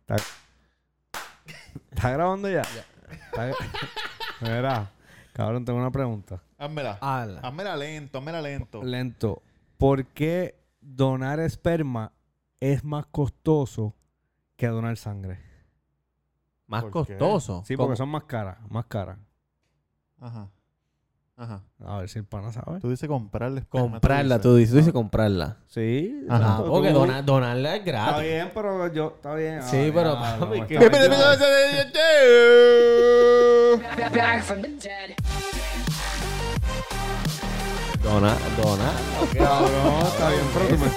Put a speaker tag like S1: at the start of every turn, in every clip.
S1: ¿Está, está grabando ya? Está- Mira, cabrón, tengo una pregunta.
S2: Házmela.
S1: Ala.
S2: Házmela lento, házmela
S3: Oh.
S2: lento.
S1: Lento. ¿Por qué donar esperma es más costoso que donar sangre?
S3: Más
S2: ¿Por qué?
S3: costoso.
S1: Sí,
S3: ¿Cómo?
S1: porque son más caras, más caras.
S2: Ajá. Ajá.
S1: A ver si el pana sabe.
S2: Tú dices comprarle.
S3: Comprarla, tú dices. Tú dices comprarla.
S1: Sí.
S2: Ajá.
S3: Ah,
S1: exacto,
S3: porque
S1: tú-
S3: dona- donarla es
S1: Está
S3: gratis.
S1: bien, pero yo... Está bien.
S3: Sí,
S1: Ay,
S3: pero,
S1: no,
S3: papi,
S1: no,
S3: que-
S1: está bien, yo-
S4: Back from the dead.
S3: Dona, dona.
S1: Cabrón, está bien, pero tú me-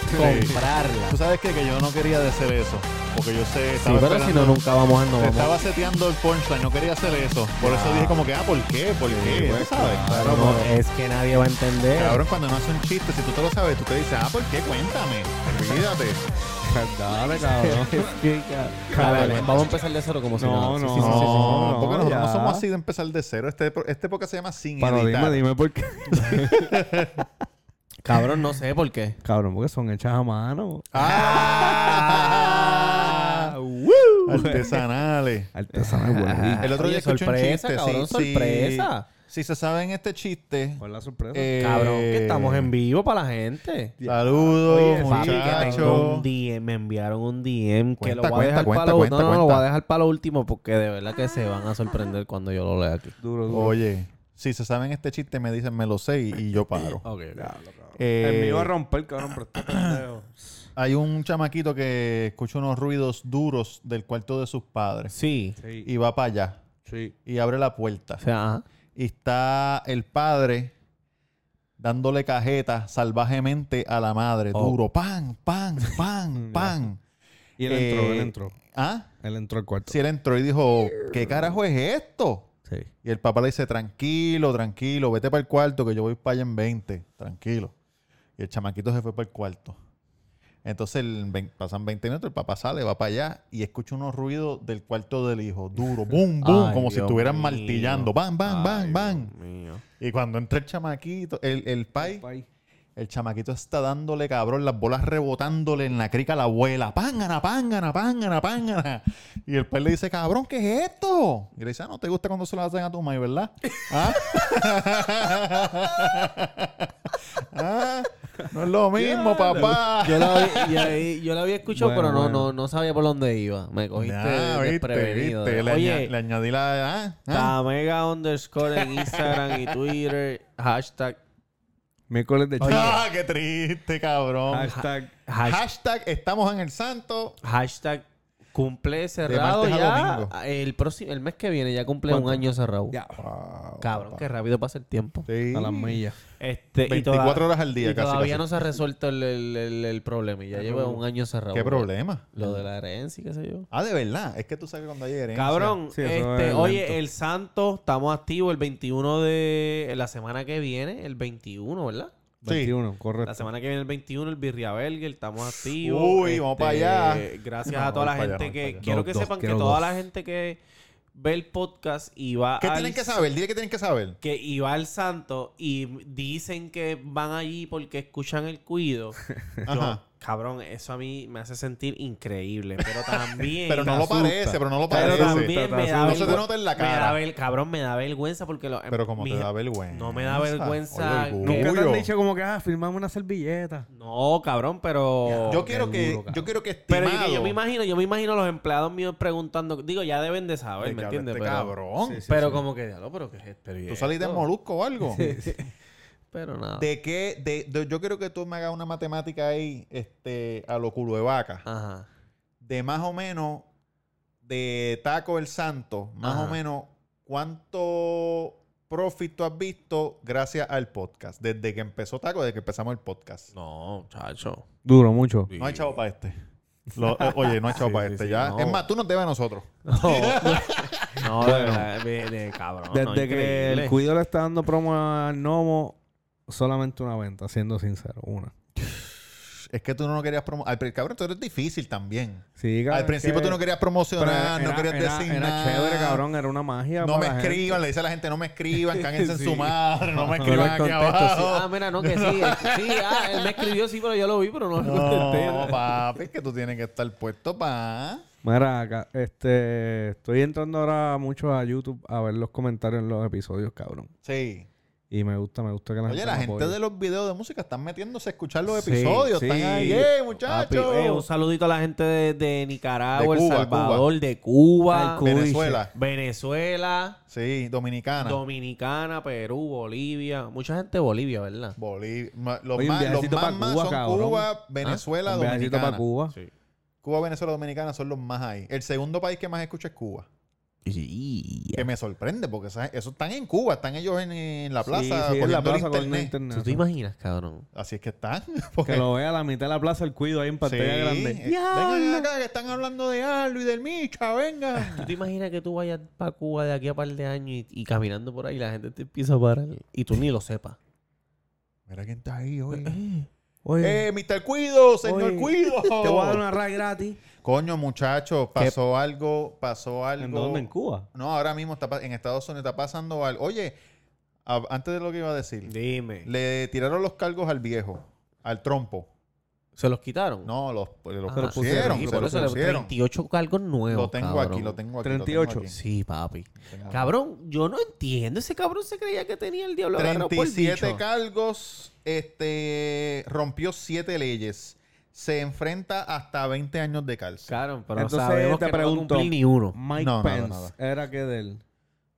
S3: Comprarla.
S2: Tú sabes qué? que yo no quería decir eso. Porque yo sé.
S3: Sí,
S2: estaba
S3: pero si no,
S2: esperando-
S3: nunca vamos a no
S2: Te
S3: vamos.
S2: estaba seteando el punchline, no quería hacer eso. Por eso dije como que, ah, ¿por qué? ¿Por qué?
S1: pues,
S2: ¿Tú sabes?
S1: claro,
S3: No,
S1: pero-
S3: es que nadie va a entender.
S2: Cabrón, cuando no hace un chiste, si tú te lo sabes, tú te dices, ah, ¿por qué? Cuéntame. Olvídate.
S1: Dale, cabrón.
S3: A ver, vamos a empezar de cero como si nada.
S1: No,
S3: Sí,
S1: no,
S3: sí, sí, sí, sí.
S1: no,
S2: No, porque nosotros
S1: ya.
S2: no somos así de empezar de cero. Este, pro- este podcast se llama Sin
S1: Pero
S2: Editar.
S1: dime, dime por qué.
S3: Cabrón, no sé por qué.
S1: Cabrón, porque son hechas a mano.
S2: ¡Ah!
S1: ¡Woo!
S2: Artesanales.
S1: Artesanal, güey.
S2: El otro día
S3: Oye,
S2: escuché un
S3: sorpresa,
S2: chiste.
S3: cabrón,
S2: si,
S3: sorpresa.
S2: Si, si se saben este chiste...
S1: ¿Cuál es la sorpresa?
S2: eh,
S3: Cabrón, que estamos en vivo para la gente.
S2: Saludos,
S1: Oye, sí,
S3: Papi, que tengo un
S2: muchachos.
S3: DM, me enviaron un DM que lo
S2: Cuenta,
S3: voy a dejar
S2: cuenta,
S3: para lo
S2: cuenta,
S3: No, no, lo
S2: cuenta.
S3: voy a dejar para lo último porque de verdad que se van a sorprender cuando yo lo lea aquí.
S1: Duro, duro.
S2: Oye, si se saben este chiste, me dicen, me lo sé y, y yo paro.
S3: Ok.
S2: Eh,
S1: el mío va a romper, cabrón, pero este pendejo.
S2: Hay un chamaquito que escucha unos ruidos duros del cuarto de sus padres
S3: Sí.
S1: Sí,
S2: y va para allá
S1: sí.
S2: y abre la puerta.
S3: O sea, ajá.
S2: Y está el padre dándole cajeta salvajemente a la madre.
S3: Oh.
S2: Duro. ¡Pan, pan, pan, pan!
S1: Y él
S2: Eh,
S1: entró, él entró.
S2: ¿Ah?
S1: Él entró al cuarto.
S2: Si él entró y dijo, ¿qué carajo es esto?
S1: Sí.
S2: Y el papá le dice, tranquilo, tranquilo, vete para el cuarto que yo voy para allá en 20, tranquilo. Y el chamaquito se fue para el cuarto. Entonces el vein- pasan 20 minutos, el papá sale, va para allá y escucha unos ruidos del cuarto del hijo, duro, boom, boom,
S3: Ay,
S2: como si
S3: Dios
S2: estuvieran
S3: mío.
S2: martillando, bam, bam, bam,
S3: Ay,
S2: bam.
S3: Dios mío.
S2: Y cuando entra el chamaquito, el, el pai, el chamaquito está dándole cabrón, las bolas rebotándole en la crica a la abuela. Pángana, pángana, pángana, pángana. Y el pai le dice, cabrón, ¿qué es esto? Y le dice, ah, no te gusta cuando se lo hacen a tu mãe, ¿verdad? ¿Ah? ¿Ah? No es lo mismo, papá.
S3: Yo la, vi- yo, la- yo la había escuchado,
S1: Bueno,
S3: pero no,
S1: bueno.
S3: no, no sabía por dónde iba. Me cogiste
S2: Ya, viste,
S3: desprevenido.
S2: viste. Le,
S3: Oye,
S2: aña- le añadí la... ah, ah.
S3: Tamega underscore en Instagram y Twitter. Hashtag.
S1: Miércoles de chiste.
S2: Ah, qué triste, cabrón.
S1: Hashtag.
S3: hash-
S2: Hashtag estamos en el santo.
S3: hashtag cumple cerrado
S2: martes a
S3: ya.
S2: domingo.
S3: El, próximo, el mes que viene ya cumple
S1: ¿Cuánto?
S3: un año cerrado.
S1: Ya.
S3: Cabrón, qué rápido pasa el tiempo.
S2: Sí.
S1: A las millas.
S3: Este, y
S2: 24
S3: toda-
S2: horas al día,
S3: y
S2: casi,
S3: Todavía
S2: casi.
S3: no se ha resuelto el, el, el, el problema. Y ya lleva un año cerrado.
S2: ¿Qué
S3: bro.
S2: problema?
S3: Lo de la herencia, qué sé yo.
S2: Ah, de verdad. Es que tú sabes que cuando hay herencia.
S3: Cabrón,
S1: Sí, eso
S3: este,
S1: es lento.
S3: oye, el Santo, estamos activos el 21 de la semana que viene, el 21, ¿verdad?
S2: Sí.
S1: 21, correcto.
S3: La semana que viene el 21, el Birria Belger, estamos activos. este,
S2: Uy, vamos pa' allá.
S3: Gracias
S2: No,
S3: a
S2: voy
S3: toda la
S2: pa' allá,
S3: gente
S2: voy pa'
S3: que...
S2: allá.
S3: Quiero
S1: Dos,
S3: que
S1: dos,
S3: sepan que
S1: quiero
S3: toda
S1: dos.
S3: la gente que ve el podcast y va
S2: ¿Qué
S3: al-
S2: tienen que saber? Dile que tienen que saber.
S3: Que y va al santo y dicen que van allí porque escuchan el cuido.
S2: Ajá.
S3: Cabrón, eso a mí me hace sentir increíble. Pero también...
S2: Pero no
S1: te
S2: lo
S1: asusta.
S2: parece, pero no lo
S3: Pero
S2: parece.
S3: también me da
S2: No se te
S3: vergüenza.
S2: nota en la
S3: Me da
S2: cara.
S3: ver- cabrón, me da vergüenza porque lo,
S2: Pero como te
S3: mira,
S2: da vergüenza.
S3: No me da vergüenza.
S2: Oye,
S3: que-
S1: Nunca te han
S2: Orgullo.
S1: dicho como que, ah, firmame una servilleta.
S3: No, cabrón, pero.
S2: Yo quiero
S1: Oh, qué
S2: que,
S1: duro,
S2: yo
S1: cabrón.
S2: quiero que
S3: Pero
S2: estimado.
S3: yo, yo me imagino, yo me imagino los empleados míos preguntando. Digo, ya deben de
S2: De que
S3: saber, ¿me
S2: habla
S3: entiendes?
S2: este
S3: pero
S2: cabrón.
S3: pero como que, diablo, pero qué es esto? ¿Y
S2: ¿Tú saliste de
S3: esto?"
S2: molusco o algo?
S3: Pero nada.
S2: ¿De qué? De, de- yo quiero que tú me hagas una matemática ahí este, a lo culo de vaca.
S3: Ajá.
S2: De más o menos, de Taco el Santo, más
S3: Ajá.
S2: o menos, ¿cuánto profit tú has visto gracias al podcast? Desde que empezó Taco, desde que empezamos el podcast.
S3: No, chacho.
S1: Duro, mucho.
S2: No hay chavo para este. Lo- o- oye, no hay chavo para
S3: sí,
S2: este.
S3: sí,
S2: ya.
S3: no.
S2: Es más, tú nos debes a nosotros.
S3: No, no, de, verdad, de- de cabrón.
S1: Desde
S3: no,
S1: que
S3: increíble.
S1: el cuido le está dando promo al Nomo, solamente una venta, siendo sincero, una.
S2: Es que tú no querías promocionar. Cabrón, tú eres difícil también.
S1: Sí, cabrón,
S2: Al principio
S1: que-
S2: tú no querías
S1: pero
S2: promocionar,
S1: era-
S2: no querías
S1: era-
S2: decir
S1: Era
S2: nada.
S1: chévere, cabrón, era una magia.
S2: No me
S1: para la gente.
S2: escriban, le dice a la gente, no me escriban, cánguense en
S1: Sí.
S2: su madre, no me
S3: No
S2: escriban
S3: les
S2: aquí
S3: contesto, sí. Ah,
S2: abajo.
S3: mira, no, que sí. Sí, ah, él me escribió, sí, pero yo lo vi, pero no le contesté.
S2: No, papi, es que tú tienes que estar puesto para...
S1: Mira, acá, este, estoy entrando ahora mucho a YouTube a ver los comentarios en los episodios, cabrón.
S2: Sí.
S1: Y me gusta, me gusta que la
S2: Oye, la
S1: me
S2: gente
S1: apoye.
S2: de los videos de música están metiéndose a escuchar los
S1: Pues Sí,
S2: episodios.
S1: sí.
S2: Están ahí, ¡eh,
S3: Papi, eh, un
S2: muchachos!
S3: saludito a la gente de, de Nicaragua,
S2: De Cuba,
S3: El Salvador, de Cuba,
S1: Al Cuba.
S2: Venezuela.
S3: Venezuela,
S2: Sí, Dominicana.
S3: Dominicana, Perú, Bolivia. Mucha gente de Bolivia, ¿verdad?
S2: Bolivia. Ma- Los
S1: Oye, un
S2: más, los
S1: viajecito
S2: más,
S1: pa'
S2: más
S1: Cuba,
S2: son
S1: cabrón. Ah,
S2: Cuba, Venezuela,
S1: Un viajecito
S2: Dominicana.
S1: para Cuba.
S3: Sí.
S2: Cuba, Venezuela, Dominicana son los más ahí. El segundo país que más escucho es Cuba. Que me sorprende porque esa- esos están en Cuba, están ellos en, en la plaza,
S1: Sí, sí, en la
S2: cogiendo el
S1: plaza con
S2: internet.
S1: internet.
S3: ¿Tú te imaginas, cabrón?
S2: Así es que están. porque-
S1: Que lo vea a la mitad de la plaza el cuido ahí en
S2: Sí,
S1: pantalla
S2: eh,
S1: grande.
S2: vengan acá que están hablando de algo y del Micha, venga.
S3: ¿Tú te imaginas que tú vayas para Cuba de aquí a par de años y, y caminando por ahí la gente te empieza a parar y tú ni lo sepas?
S2: Mira quién está ahí hoy.
S1: Oye,
S2: ¡Eh, Mr. Cuido! ¡Señor
S1: Oye,
S2: Cuido!
S1: te voy a dar una ride gratis.
S2: Coño, muchachos, pasó algo, pasó algo.
S1: ¿En dónde? ¿En Cuba?
S2: No, ahora mismo está pa- en Estados Unidos está pasando algo. Oye, a- antes de lo que iba a decir,
S3: Dime.
S2: le tiraron los cargos al viejo, al trompo.
S3: ¿Se los quitaron?
S2: No, los, los
S3: Ah,
S2: pusieron,
S3: sí,
S2: se
S3: por
S2: los
S3: eso le-
S2: pusieron.
S3: 38 cargos nuevos.
S2: Lo tengo
S3: cabrón.
S2: aquí, lo tengo aquí.
S1: 38.
S2: Lo tengo aquí.
S3: Sí, papi.
S2: Tengo-
S3: Cabrón, yo no entiendo. Ese cabrón se creía que tenía el diablo agarrado por el
S2: 37
S3: bicho.
S2: cargos, este, rompió 7 leyes. Se enfrenta hasta 20 años de cárcel.
S3: Claro, pero
S1: Entonces,
S3: sabemos
S1: te
S3: que no va a
S1: pregunto,
S3: cumplir ni uno.
S1: Mike
S2: No, nada,
S1: Pence
S2: nada.
S1: era que del.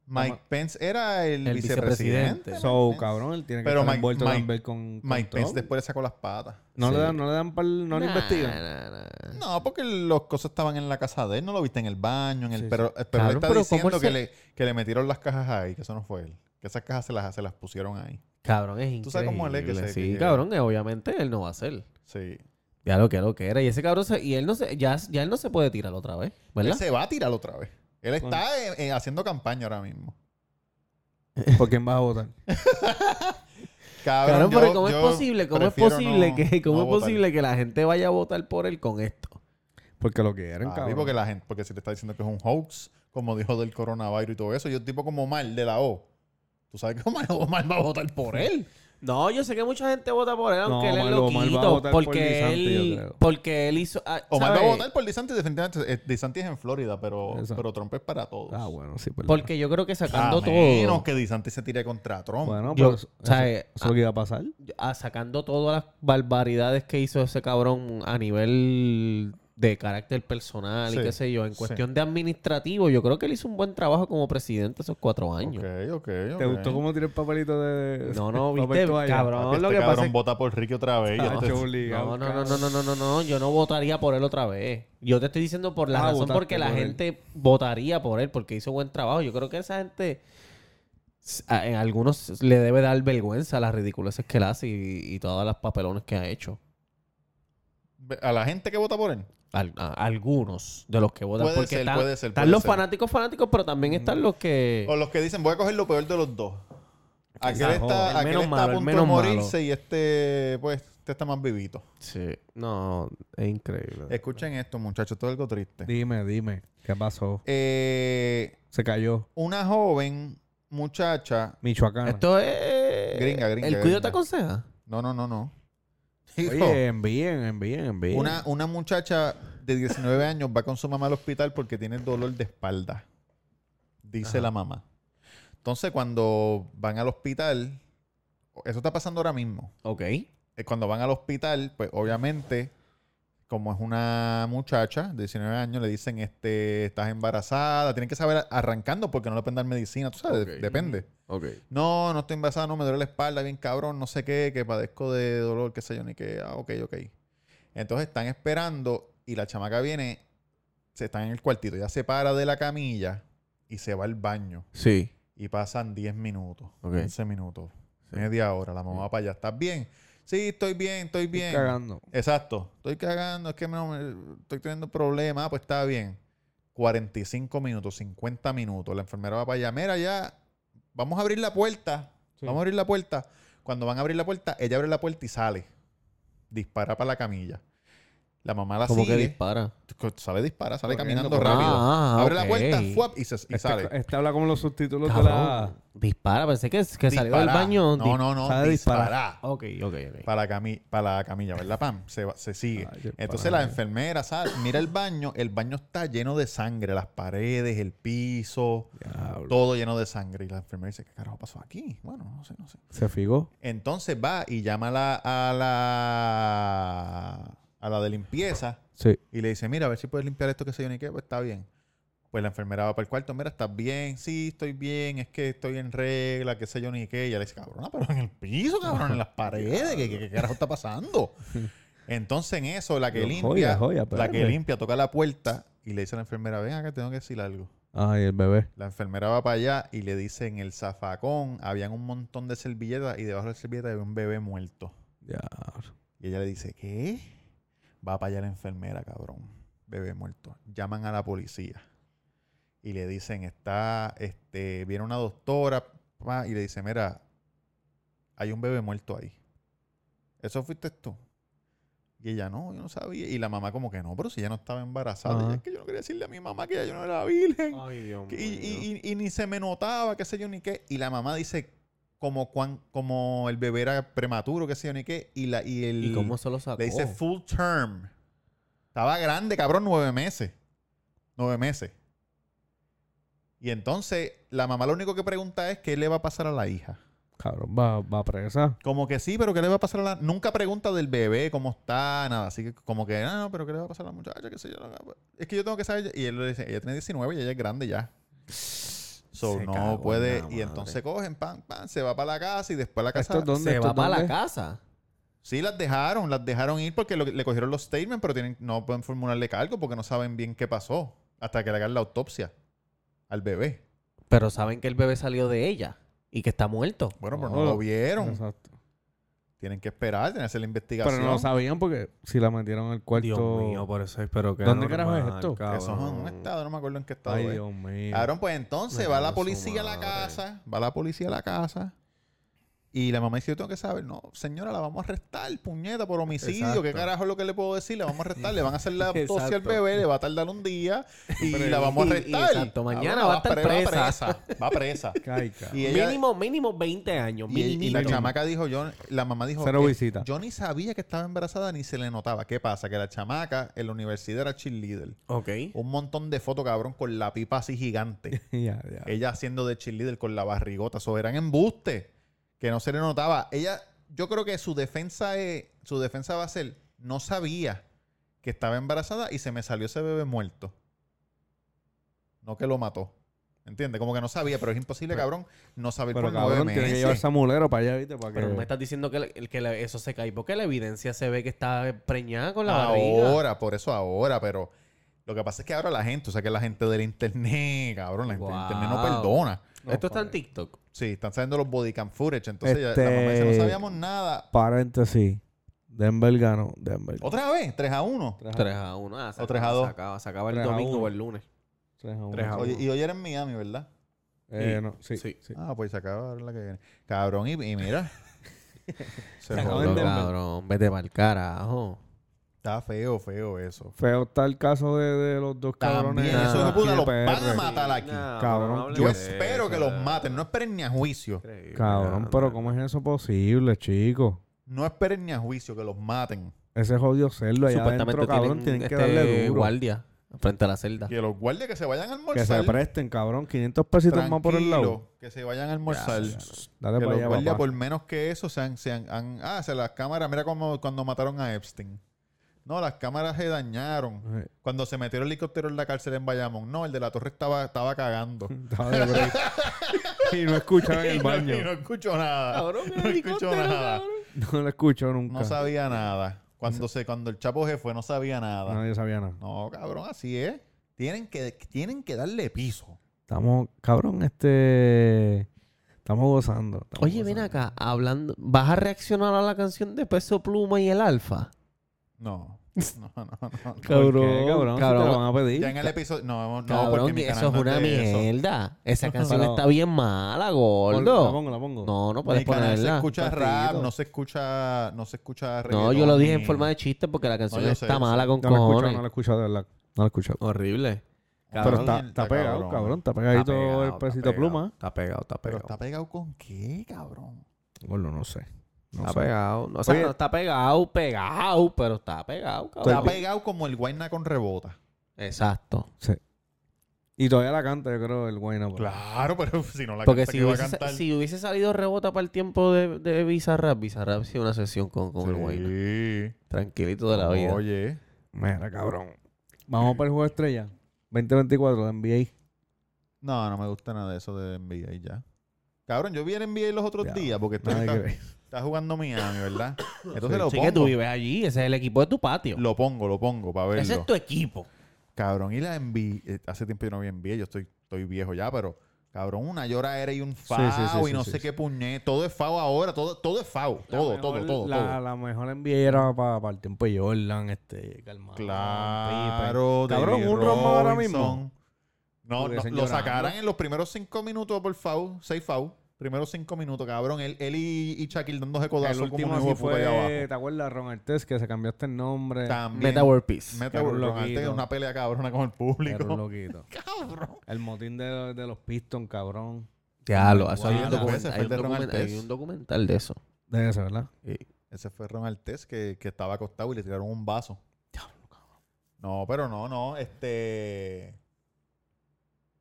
S2: Mike Pence era el,
S3: El
S2: vicepresidente.
S3: vicepresidente.
S2: Mike
S1: So,
S2: Pence.
S1: cabrón, él tiene que
S2: Pero
S1: estar
S2: Mike-
S1: envuelto
S2: Mike-
S1: también con. con
S2: Mike Pence
S1: Trump.
S2: después le sacó las patas.
S1: No le
S3: Sí.
S1: dan, no le dan pa'l- no le
S3: Nah,
S1: investigan.
S3: nah, nah.
S2: No, porque los cosas estaban en la casa de él, no lo viste en el baño, en el
S1: Sí,
S2: pero, pero
S3: Cabrón,
S2: él está
S3: pero ¿cómo
S2: diciendo
S3: él
S2: que
S3: se-
S2: le, que le metieron las cajas ahí, que eso no fue él. Que esas cajas se las, se las pusieron ahí.
S3: Cabrón, es increíble.
S2: Tú sabes cómo él es que se- que
S3: Sí,
S2: llega.
S3: cabrón, que obviamente él no va a hacer.
S2: Sí.
S3: Ya lo que lo que era. Y ese cabrón, se- y él no se, ya, ya él no se puede tirar otra vez, ¿verdad?
S2: Él se va a tirar otra vez. Él está
S1: Bueno.
S2: eh, eh, haciendo campaña ahora mismo.
S1: ¿Por quién vas a votar?
S2: Cabrón,
S3: Cabrón, pero
S2: yo-
S3: ¿cómo es
S2: yo
S3: posible? ¿Cómo es
S2: prefiero
S3: posible,
S2: no-
S3: que, cómo
S2: no
S3: es
S2: votar.
S3: posible que la gente vaya a votar por él con esto?
S1: Porque lo quieren,
S2: Ah,
S1: cabrón.
S2: porque la gente, porque si te está diciendo que es un hoax, como dijo del coronavirus y todo eso, yo tipo como mal de la O. Tú sabes que Omar, Omar va a votar por él.
S3: No, yo sé que mucha gente vota por él,
S1: No,
S3: aunque él es
S1: Omar- Omar va a
S3: loquito.
S1: votar por
S3: porque
S1: DeSantis, yo
S3: él.
S1: creo.
S3: Porque él hizo. ah,
S2: Omar va a
S3: ¿sabes?
S2: votar por DeSantis, definitivamente. Eh, DeSantis es en Florida, pero,
S1: Exacto.
S2: pero Trump es para todos.
S1: Ah, bueno, sí, perdón.
S3: Porque yo creo que sacando
S2: a
S1: Ah,
S2: menos
S3: todo.
S2: que DeSantis se tire contra Trump.
S1: Bueno,
S3: Oh, Yo-
S1: pues.
S3: o sea, eh,
S1: ¿Eso es lo que iba a pasar?
S3: a- ah, sacando todas las barbaridades que hizo ese cabrón a nivel de carácter personal
S2: Sí,
S3: y qué sé yo. En
S2: sí.
S3: cuestión de administrativo, yo creo que él hizo un buen trabajo como presidente esos cuatro años.
S2: ok, ok, ok.
S1: ¿Te gustó cómo tiré el papelito de.?
S3: No, no,
S1: papel
S3: viste,
S1: toalla?
S3: cabrón.
S2: Este
S3: lo que pasa
S2: cabrón
S3: es-
S2: vota por Ricky otra vez.
S1: Ah,
S2: y este-
S1: qué obligado,
S3: No, no, no,
S1: cabrón.
S3: no, no, no, no, no, yo no votaría por él otra vez. Yo te estoy diciendo por la
S1: Ah,
S3: razón
S1: votaste
S3: porque la
S1: por él.
S3: gente votaría por él, porque hizo buen trabajo. Yo creo que esa gente, s- a- en algunos le debe dar vergüenza las ridiculeces que él hace y, y todas las papelones que ha hecho.
S2: a la gente que vota por él.
S3: Al- a- algunos de los que votan.
S2: Puede
S3: porque
S2: ser,
S3: están,
S2: puede ser,
S3: están
S2: puede
S3: los
S2: ser. Mm.
S3: fanáticos fanáticos, pero también están los que...
S2: O los que dicen, voy a coger lo peor de los dos. Aquel
S3: Exacto. El
S2: está, aquel
S3: menos
S2: está
S3: malo,
S2: a
S3: el
S2: punto de
S3: menos malo.
S2: morirse y este, pues, este está más vivito.
S3: Sí. No, es increíble.
S2: Escuchen esto, muchachos, todo algo triste.
S1: Dime, dime. ¿Qué pasó?
S2: Eh,
S1: Se cayó.
S2: una joven muchacha.
S1: Michoacán.
S3: Esto es...
S2: Gringa, gringa,
S3: ¿El cuido
S2: gringa.
S3: te aconseja?
S2: No, no, no, no. Hijo,
S1: Oye, envíen, envíen, envíen.
S2: una, una muchacha de 19 años va con su mamá al hospital porque tiene dolor de espalda. Dice la mamá. Entonces, cuando van al hospital, eso está pasando ahora mismo.
S3: Ok.
S2: eh, cuando van al hospital, pues obviamente, como es una muchacha de 19 años, le dicen, este, estás embarazada, tienen que saber arrancando porque no le pueden dar medicina, tú sabes,
S3: Ok.
S2: depende.
S3: Ok.
S2: No, no estoy embarazada, no, me duele la espalda, bien cabrón, no sé qué, que padezco de dolor, qué sé yo, ni qué, ah, ok, ok. Entonces están esperando y la chamaca viene, se están en el cuartito, ya se para de la camilla y se va al baño.
S3: Sí.
S2: Y pasan 10 minutos,
S3: Ok.
S2: 15 minutos,
S3: Sí.
S2: media hora. La mamá va para allá. ¿Estás bien? Sí, estoy bien, estoy
S1: Estoy
S2: bien.
S1: cagando.
S2: Exacto. Estoy cagando, es que no me- estoy teniendo problemas. Ah, pues está bien. 45 minutos, 50 minutos. La enfermera va para allá. Mira, ya, vamos a abrir la puerta.
S1: Sí.
S2: Vamos a abrir la puerta. Cuando van a abrir la puerta, ella abre la puerta y sale. Dispara para la camilla. La mamá la
S3: Como que
S2: sigue.
S3: dispara.
S2: sale dispara, sale
S1: Corriendo,
S2: caminando
S3: ah,
S2: rápido.
S3: ah,
S2: Abre
S3: ok.
S2: la puerta, fuap, y, se, y sale.
S1: Este, este habla como los subtítulos de la...
S3: Cabrón, Dispara, pensé que, que salió del
S2: Dispará.
S3: baño.
S2: No, no, no.
S1: sale dispará.
S2: dispará.
S3: Ok, ok, ok.
S2: Para, la cami- para la camilla, ¿verdad, Pam? Se, va- se sigue.
S1: Ay, qué
S2: Entonces la enfermera sale, mira el baño, el baño está lleno de sangre, las paredes, el piso,
S1: Diablo.
S2: todo lleno de sangre. Y la enfermera dice, ¿qué carajo pasó aquí? Bueno, no sé, no sé.
S1: Se fijó.
S2: Entonces va y llama a la, a la, a la de limpieza
S1: Sí.
S2: y le dice, mira, a ver si puedes limpiar esto que se yo ni qué, pues está bien. Pues la enfermera va para el cuarto, mira, estás bien, sí, estoy bien, es que estoy en regla, qué sé yo ni qué. Y ella le dice, cabrona, pero en el piso, cabrón, en las paredes, ¿qué, qué, qué carajo está pasando? Entonces en eso, la que
S1: Pero joya,
S2: limpia,
S1: joya,
S2: la que
S1: espérate.
S2: limpia toca la puerta y le dice a la enfermera, ven acá, tengo que decir algo.
S1: Ay, el bebé.
S2: La enfermera va para allá y le dice, en el zafacón habían un montón de servilletas y debajo de la servilleta había un bebé muerto.
S1: Diablo.
S2: Y ella le dice, ¿qué? Va para allá la enfermera, cabrón. Bebé muerto. Llaman a la policía. Y le dicen, está, este, viene una doctora pa, y le dice, mira, hay un bebé muerto ahí. ¿Eso fuiste tú? Y ella, no, yo no sabía. Y la mamá como que no, pero si ella no estaba embarazada. Y ella,
S1: Ajá.
S2: es que yo no quería decirle a mi mamá que ya yo no era virgen.
S3: Ay, Dios
S2: Que- y, y- y- y ni se me notaba, qué sé yo ni qué. Y la mamá dice como, cuán, como el bebé era prematuro, qué sé yo ni qué. Y, la, y el,
S3: ¿Y cómo se lo sacó?
S2: le dice full term. Estaba grande, cabrón, nueve meses. Nueve meses. Y entonces la mamá lo único que pregunta es qué le va a pasar a la hija.
S1: Cabrón, va, va presa.
S2: Como que sí, pero ¿qué le va a pasar a la...? Nunca pregunta del bebé, cómo está, nada. Así que como que, ah, no, pero ¿qué le va a pasar a la muchacha? ¿Qué sé yo? Es que yo tengo que saber... Y él le dice, ella tiene 19 y ella es grande ya. So,
S3: Se cago en
S2: no puede...
S3: la
S2: Y
S3: madre.
S2: entonces cogen, pan, pan, se va para la casa y después la casa...
S1: ¿Esto es dónde?
S3: Se
S1: ¿Esto
S3: va
S1: es
S3: para la
S1: dónde?
S3: casa.
S2: Sí, las dejaron, las dejaron ir porque lo- le cogieron los statements, pero tienen, no pueden formularle cargo porque no saben bien qué pasó hasta que le hagan la autopsia al bebé.
S3: Pero saben que el bebé salió de ella y que está muerto.
S2: Bueno, pero no,
S1: Oh,
S2: lo vieron.
S1: Exacto.
S2: Tienen que esperar, tienen que hacer la investigación.
S1: Pero no lo sabían porque si la metieron al cuarto.
S3: por eso espero que.
S1: ¿Dónde carajo es esto?
S2: Eso es en un estado, no me acuerdo en qué estado.
S1: Ay,
S2: es.
S1: Dios mío.
S2: Cabrón, pues entonces
S3: Me
S2: va
S3: cago
S2: la
S3: en su
S2: policía a la
S3: madre.
S2: casa, va la policía a la casa. Y la mamá dice, yo tengo que saber, no, señora, la vamos a arrestar, puñeta, por homicidio, ¿qué
S3: Exacto.
S2: carajo es lo que le puedo decir? La vamos a arrestar, le van a hacer la autopsia al
S3: Exacto.
S2: bebé, le va a tardar un día y
S3: Pero-
S2: la vamos a
S3: y- y
S2: arrestar.
S3: exacto, mañana
S2: Cabrón,
S3: va a estar
S2: pre-
S3: presa.
S2: Va presa. Va presa.
S1: Ay, cabrón.
S2: y ella-
S3: Mínimo, mínimo 20 años.
S2: y, y la
S3: minimito.
S2: chamaca dijo, yo, la mamá dijo,
S1: Cero
S2: "Eh,
S1: visita.
S2: yo ni sabía que estaba embarazada ni se le notaba. ¿Qué pasa? Que la chamaca en la universidad era cheerleader.
S3: Ok.
S2: Un montón de fotos, cabrón, con la pipa así gigante.
S1: Ya, ya.
S2: ella haciendo de cheerleader con la barrigota. Eso eran embustes que no se le notaba. Ella, yo creo que su defensa es, su defensa va a ser, no sabía que estaba embarazada y se me salió ese bebé muerto. No que lo mató. ¿Entiendes? Como que no sabía, pero es imposible, cabrón, no saber
S1: Pero
S2: por nueve
S1: cabrón, tiene que
S2: meses.
S1: llevar samulero para allá, ¿viste? Para que...
S3: Pero
S2: Eh.
S3: no me estás diciendo que, le- que le- eso se cae porque la evidencia se ve que está preñada con la barriga.
S2: Ahora, por eso ahora, pero lo que pasa es que ahora la gente, o sea, que la gente del internet, cabrón, la gente del internet no
S3: Wow.
S2: perdona.
S3: Esto está en TikTok.
S2: Sí, están saliendo los bodycam footage, entonces ya- la
S1: Este-
S2: mamá dice, no sabíamos nada.
S1: Paréntesis. Denver ganó. Denver.
S2: Otra vez, 3 Oh, a 1.
S3: 3 a 1. Ah,
S2: O 3 a 2.
S3: Se acaba, se acaba el
S1: 3 a
S3: domingo
S1: 1.
S3: o el lunes.
S1: 3 a 1.
S3: Tres a uno.
S2: Oye, y hoy era en Miami, ¿verdad?
S1: Eh,
S3: Sí.
S1: no, sí.
S3: Sí.
S1: sí.
S2: Ah, pues se acaba ahora la que viene. Cabrón, y, y mira. se
S1: Se acabó
S2: jodió.
S1: en Denver.
S3: cabrón. Vete para el carajo.
S2: Está feo, feo eso.
S1: Feo está el caso de, de los dos cabrones.
S2: También,
S1: aquí
S2: eso es
S1: de
S2: puta, los van
S1: PR.
S2: a matar aquí.
S1: Cabrón,
S2: Yo espero que los maten. No esperen ni a juicio.
S1: Cabrón, pero ¿cómo es eso posible, chico?
S2: No esperen ni a juicio que los maten.
S1: Ese jodido serlo allá adentro, cabrón. Tienen que darle duro.
S3: este, guardia frente a la celda.
S2: Que los guardias que se vayan a almorzar.
S1: Que se presten, cabrón. 500 pesitos más por el lado.
S2: tranquilo, Que se vayan a almorzar.
S1: Dale
S2: que
S1: para
S2: los
S1: allá,
S2: guardias,
S1: papá.
S2: por menos que eso, sean, sean, han, ah, se las cámaras, mira como cuando mataron a Epstein. No, las cámaras se dañaron.
S1: Eh,
S2: Cuando se metió el helicóptero en la cárcel en Bayamón. No, el de la torre estaba, estaba cagando.
S1: estaba de break. y no escuchaba en el baño.
S2: Y no escuchó nada.
S3: Cabrón, el
S2: no escuchó
S3: helicóptero,
S2: nada.
S3: cabrón.
S1: No lo escuchó nunca.
S2: No sabía nada. Cuando, se, cuando el Chapo se fue, no sabía nada.
S1: Nadie sabía nada.
S2: No, cabrón, así es. Tienen que, tienen que darle piso.
S1: Estamos, cabrón, este. Estamos gozando. estamos
S3: Oye, ven
S1: gozando.
S3: acá, hablando, ¿vas a reaccionar a la canción de Peso Pluma y el Alfa?
S2: No. No, no, no. no.
S1: ¿Por qué, cabrón? Si te lo van a pedir.
S2: Ya en el episodio. No, no, porque
S3: Cabrón,
S2: mi
S3: que eso
S2: canal
S3: es
S2: no
S3: una
S2: de eso.
S3: mierda. Esa canción
S1: Pero-
S3: está bien mala,
S1: Pon- La
S3: gordo.
S1: pongo, la pongo.
S3: No, no
S2: Mi
S3: puedes
S2: canal se
S3: ponerla.
S2: escucha rap,
S1: Partidito.
S2: no se escucha, no se escucha
S3: No, yo
S2: reggaetón
S3: lo dije
S2: ni-
S3: en forma de chiste porque la canción
S2: yo sé,
S3: está
S2: yo
S3: mala con
S1: No la he escuchado,
S3: cojones.
S1: no la he escuchado, de verdad. No la he escuchado.
S3: Horrible.
S1: Pero
S2: Cabrón,
S1: está,
S2: y-
S1: está pegado, cabrón. Está
S3: Está
S1: pegadito
S3: pegado,
S1: el
S3: está
S1: pesito
S3: pegado.
S1: pluma.
S3: Está pegado, está
S2: Pero
S3: pegado.
S2: está pegado con qué, cabrón.
S1: Bueno, no sé. No
S3: Está
S1: sé.
S3: pegado. No, o sea,
S1: Oye.
S3: no está pegado, pegado, pero está pegado, cabrón.
S2: Está pegado como el guayna con rebota.
S3: Exacto.
S1: Sí. Y todavía la canta, yo creo, el guayna. pero-
S2: Claro, pero si no la
S3: Porque
S2: canta,
S3: si
S2: ¿qué va a
S3: hubiese,
S2: cantar?
S3: si hubiese salido rebota para el tiempo de, de Bizarrap, Bizarrap hacía una sesión con, con el Wayne.
S2: Sí.
S3: Tranquilito de la vida.
S2: Oye.
S1: Mira, cabrón. Vamos para el juego de estrella. 2024, la NBA.
S2: No, no me gusta nada de eso de NBA ya. Cabrón, yo vi el NBA los otros
S1: Ya,
S2: días porque estoy-
S1: Nada que
S2: está,
S1: ver.
S2: está jugando Miami, ¿verdad? Entonces lo
S3: Sí que tú
S2: pongo.
S3: vives allí, ese es el equipo de tu patio.
S2: Lo pongo, lo pongo para verlo.
S3: Ese es tu equipo.
S2: Cabrón, y la NBA, eh, hace tiempo yo no vi NBA, yo estoy, estoy viejo ya, pero cabrón, una llora era y un
S1: sí,
S2: fao
S1: sí,
S2: y
S1: sí,
S2: no
S1: sí,
S2: sé
S1: sí.
S2: qué puñet, todo es fao ahora, todo, todo es fao,
S1: La
S2: todo,
S1: mejor-
S2: todo, todo,
S1: la,
S2: todo.
S1: la mejor NBA era para, el tiempo de Jordan, este, pues. Calmado.
S2: Claro,
S1: Pippen. Cabrón,
S2: David
S1: un romo ahora
S2: Robinson.
S1: mismo.
S2: No, no,
S1: Estuviesen
S2: lo
S1: llorando.
S2: sacaran en los primeros cinco minutos por fao, seis fao, primeros cinco minutos, cabrón, él, él y, y Shaquille dándose
S1: El
S2: codazos como
S1: último
S2: un
S1: así
S2: hijo de puta allá
S1: fue,
S2: abajo.
S1: ¿te acuerdas? Ron Artes, que se cambió este nombre.
S2: También,
S3: Meta World Peace.
S2: Meta
S1: Era un
S2: World, antes
S1: loquito.
S2: una pelea cabrona con el
S1: Era un
S2: público.
S1: loquito.
S2: Cabrón.
S1: El motín de, de los Pistons, cabrón.
S3: Ya ah, lo, eso hay,
S2: Wow,
S3: un
S2: la
S3: documental-
S2: vez se fue
S3: hay un
S2: el de Ron
S3: documental- hay
S2: Artes.
S3: un documental de eso.
S1: De eso, ¿verdad?
S2: Ese fue Ron Artés que, que estaba acostado y le tiraron un vaso. No, pero no, no, este...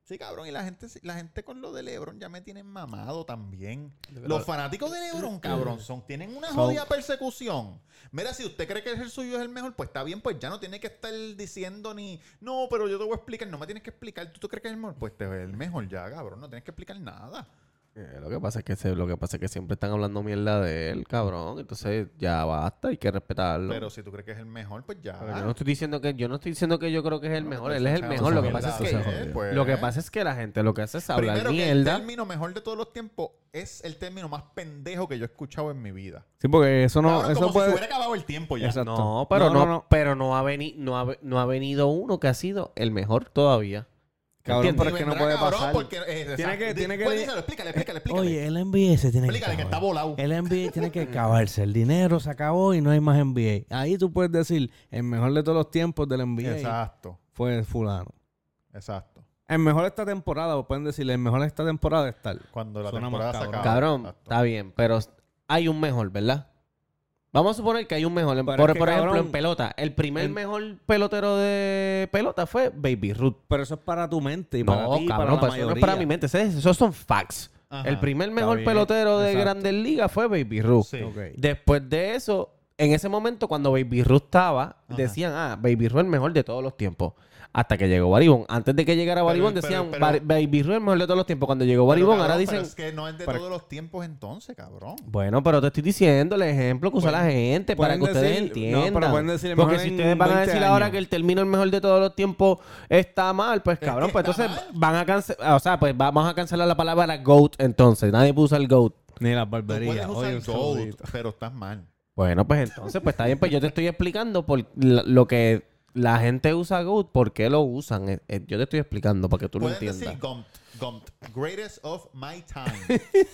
S2: Sí, cabrón, y la gente, la gente con lo de LeBron ya me tienen mamado también. Los fanáticos de LeBron, cabrón, son, tienen una jodida persecución. Mira, si usted cree que el suyo es el mejor, pues está bien, pues ya no tiene que estar diciendo ni, no, pero yo te voy a explicar, no me tienes que explicar, tú, tú crees que es el mejor, pues te es el mejor ya, cabrón, no tienes que explicar nada.
S3: Eh, lo que pasa es que se- lo que pasa es que siempre están hablando mierda de él, cabrón. Entonces ya basta, hay que respetarlo.
S2: Pero si tú crees que es el mejor, pues ya.
S3: Pero yo no estoy diciendo que yo no estoy diciendo que yo creo que es el
S2: No,
S3: mejor.
S2: pues,
S3: Él es el
S2: chao,
S3: mejor.
S2: tú
S3: Lo que
S2: sabes,
S3: pasa es
S2: tú
S3: que
S2: sabes, pues.
S3: lo que pasa es que la gente lo que hace es hablar
S2: Primero que el
S3: mierda.
S2: término mejor de todos los tiempos es el término más pendejo que yo he escuchado en mi vida.
S1: Sí, porque eso no.
S2: Cabrón,
S1: eso
S2: como
S1: puede.
S2: si se hubiera acabado el tiempo ya.
S1: Exacto.
S3: No, pero
S1: no,
S3: no,
S1: no.
S3: pero no ha venido no ha, ve- no ha venido uno que ha sido el mejor todavía.
S1: Cabrón,
S3: ¿Entiendes?
S1: pero es que no
S2: vendrá,
S1: puede
S2: cabrón,
S1: pasar.
S2: Porque, eh,
S1: Tiene que-
S2: exacto.
S1: tiene que-
S2: Pues díselo, explícale, explícale, explícale.
S5: Oye, el NBA se tiene que
S2: explícale que está
S5: acabar.
S2: volado.
S5: El NBA tiene que acabarse. El dinero se acabó y no hay más NBA. Ahí tú puedes decir, el mejor de todos los tiempos del NBA
S2: Exacto,
S1: fue fulano.
S2: exacto.
S1: El mejor esta temporada, o pueden decir, el mejor de esta temporada es tal.
S2: Cuando la
S1: Suena más
S2: temporada se
S1: cabrón.
S2: acaba.
S3: Cabrón,
S2: Ah, Exacto.
S3: está bien, pero hay un mejor, ¿verdad? Vamos a suponer que hay un mejor. En-
S1: Pero
S3: Por,
S1: es que,
S3: por ejemplo,
S1: cabrón,
S3: en pelota. El primer
S1: en-
S3: mejor pelotero de pelota fue Baby Ruth.
S1: Pero eso es para tu mente y
S3: no,
S1: para ti, y para
S3: cabrón,
S1: la
S3: pero eso no es
S1: mayoría.
S3: para mi mente. Ese- Esos son facts.
S2: Ajá,
S3: el primer mejor
S1: bien,
S3: pelotero de
S1: exacto.
S3: Grandes Ligas fue Baby Ruth.
S2: Sí.
S1: Ok.
S3: Después de eso, en ese momento, cuando Baby Ruth estaba,
S2: Ajá.
S3: decían, ah, Baby Ruth el mejor de todos los tiempos. Hasta que llegó Baribón. Antes de que llegara
S2: Pero-
S3: Baribón,
S2: pero-
S3: decían,
S2: pero-
S3: "Bar- Baby Ruth el mejor de todos los tiempos. Cuando llegó
S2: Pero,
S3: Baribón,
S2: cabrón,
S3: ahora
S2: pero
S3: dicen,
S2: es que no es de todos los tiempos entonces, cabrón.
S3: bueno, pero te estoy diciendo el ejemplo que usa la gente para
S1: pueden
S3: que ustedes
S1: decir- no, pero
S3: entiendan.
S1: pueden decir el
S3: Porque
S1: mejor
S3: si
S1: en
S3: ustedes van a
S1: 20
S3: decir ahora
S1: años.
S3: que el término el mejor de todos los tiempos está mal, pues
S2: que
S3: cabrón, pues
S2: está
S3: entonces
S2: mal.
S3: van a cancelar, o sea, pues vamos a cancelar la palabra GOAT entonces. Nadie puso el GOAT.
S1: Ni la
S2: Tú puedes
S1: barbería.
S2: usar
S1: Oye,
S2: el
S1: un
S2: gold,
S1: saludito.
S2: pero estás mal.
S3: Bueno, pues entonces, pues está bien, pues yo te estoy explicando por la- lo que la gente usa GOAT, por qué lo usan. Eh, eh, Yo te estoy explicando para que tú lo
S2: Pueden
S3: entiendas.
S2: decir Gump, Gump, greatest of my time.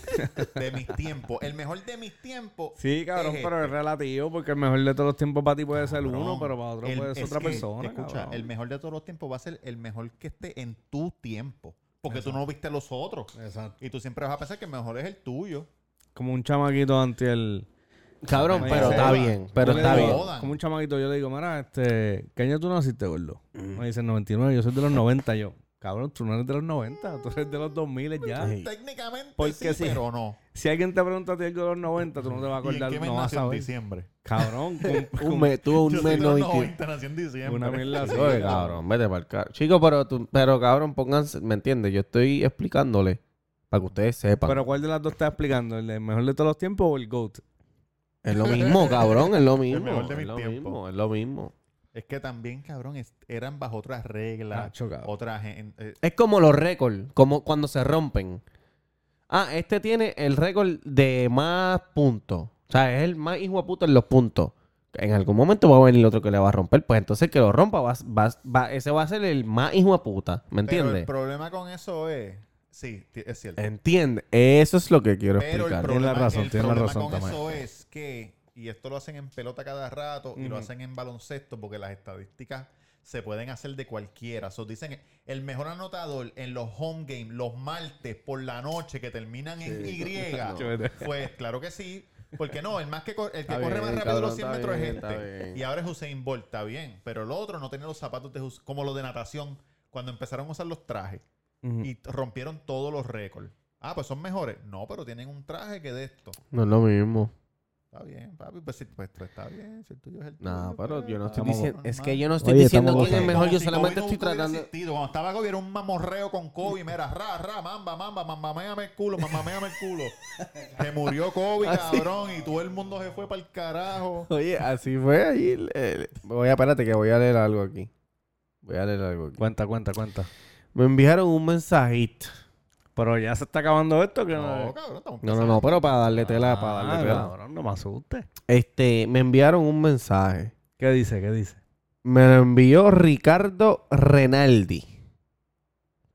S2: de mis tiempos. El mejor de mis tiempos.
S1: Sí, cabrón,
S2: es
S1: pero es
S2: este.
S1: relativo porque el mejor de todos los tiempos para ti puede ser uno,
S2: Cabrón,
S1: pero para otro
S2: el-
S1: puede ser
S2: es
S1: otra
S2: que,
S1: persona.
S2: Escucha,
S1: cabrón.
S2: el mejor de todos los tiempos va a ser el mejor que esté en tu tiempo. Porque tú no viste a los otros.
S1: Exacto.
S2: Y tú siempre vas a pensar que el mejor es el tuyo.
S1: Como un chamaquito ante el...
S3: Cabrón,
S1: Me
S3: pero
S1: dice, "Va,
S3: está bien, pero
S2: yo le
S3: está
S2: digo,
S3: bien.
S2: jodan.
S1: Como un chamaquito, yo le digo, mira, este, ¿qué año tú naciste, gordo? Me dicen 99, yo soy de los 90. Yo, cabrón, tú no eres de los 90, tú eres de los 2000 ya.
S3: Sí.
S2: Técnicamente
S1: Porque
S2: sí,
S1: sí.
S2: pero no.
S1: Si alguien te pregunta a ti algo de los 90, tú no te vas a
S2: ¿Y en
S1: acordar,
S2: qué mes
S1: no vas a
S2: nació en
S1: saber.
S2: diciembre?
S1: Cabrón, con-
S3: Un mes, tuvo un
S2: Yo soy
S3: mes
S2: de los
S3: 90.
S2: 90, nací en diciembre.
S1: una mierda así.
S3: Oye, cabrón, vete para el carro. Chicos, pero, tú- pero cabrón, pónganse, ¿me entiendes? Yo estoy explicándole para que ustedes sepan.
S1: Pero ¿cuál de las dos estás explicando? ¿El de mejor de todos los tiempos o el GOAT?
S3: Es lo mismo, cabrón, es lo mismo.
S2: mejor de mis
S3: es lo
S2: tiempos.
S3: mismo, es lo mismo.
S2: Es que también, cabrón, es- eran bajo otras reglas.
S1: Nacho, cabrón.
S2: Otra gente. eh,
S3: Es como los récords, como cuando se rompen. Ah, este tiene el récord de más puntos. O sea, es el más hijo de puta en los puntos. en algún momento va a venir otro que le va a romper. Pues entonces el que lo rompa, va, va- va- ese va a ser el más hijo de puta. ¿Me
S2: Pero el
S3: entiendes?
S2: problema con eso es. Sí, ti- es cierto.
S3: Entiende. Eso es lo que quiero
S2: Pero el
S3: explicar.
S2: problema,
S1: Eh, Tienes razón,
S2: el
S1: tienes
S2: problema
S1: razón,
S2: con
S1: Tamayo.
S2: eso es que, y esto lo hacen en pelota cada rato y lo hacen en baloncesto porque las estadísticas se pueden hacer de cualquiera. So, dicen, el mejor anotador en los home games, los martes por la noche que terminan en Y, pues claro que sí. Porque no, el, más que cor- el que
S3: Está
S2: corre
S3: bien,
S2: más rápido
S3: cabrón,
S2: los 100
S3: está
S2: metros
S3: bien,
S2: es
S3: está
S2: este.
S3: bien.
S2: Y ahora es Usain Bolt, está bien. Pero el otro no tenía los zapatos de Hus- como los de natación cuando empezaron a usar los trajes
S3: Mm.
S2: y t- rompieron todos los récords. Ah, pues son mejores. No, pero tienen un traje que de esto.
S3: No es lo mismo.
S2: Está bien, papi. Pues, si- pues, pues, está bien. Si el tuyo es el tuyo.
S3: No, pero
S2: pues,
S3: yo no estoy
S2: estamos-
S3: diciendo. Es que
S2: normal.
S3: yo no estoy
S5: Oye,
S3: diciendo
S5: estamos
S3: quién es
S5: gozando.
S3: mejor. Yo
S2: Como si
S3: solamente
S2: Kobe
S3: estoy
S2: nunca hubiera
S3: tratando.
S2: existido. Cuando estaba Kobe era un mamorreo con Kobe. Mira, ra, ra, mamba, mamba, mamameame el culo, mamameame el culo. Se murió Kobe,
S3: Ah,
S2: cabrón, y todo el mundo se fue para el carajo.
S3: Oye, así fue ahí. el- el- Voy a, espérate que voy a leer algo aquí. Voy a leer algo aquí.
S1: Cuenta, cuenta, cuenta.
S3: Me enviaron un mensajito.
S1: Pero ya se está acabando esto que
S2: No,
S1: no.
S2: cabrón, estamos
S3: No, no, no, pero para darle tela, para
S1: Ah,
S3: darle tela.
S1: cabrón, no me asustes.
S3: Este, me enviaron un mensaje.
S1: ¿Qué dice? ¿Qué dice?
S3: Me lo envió Ricardo Renaldi.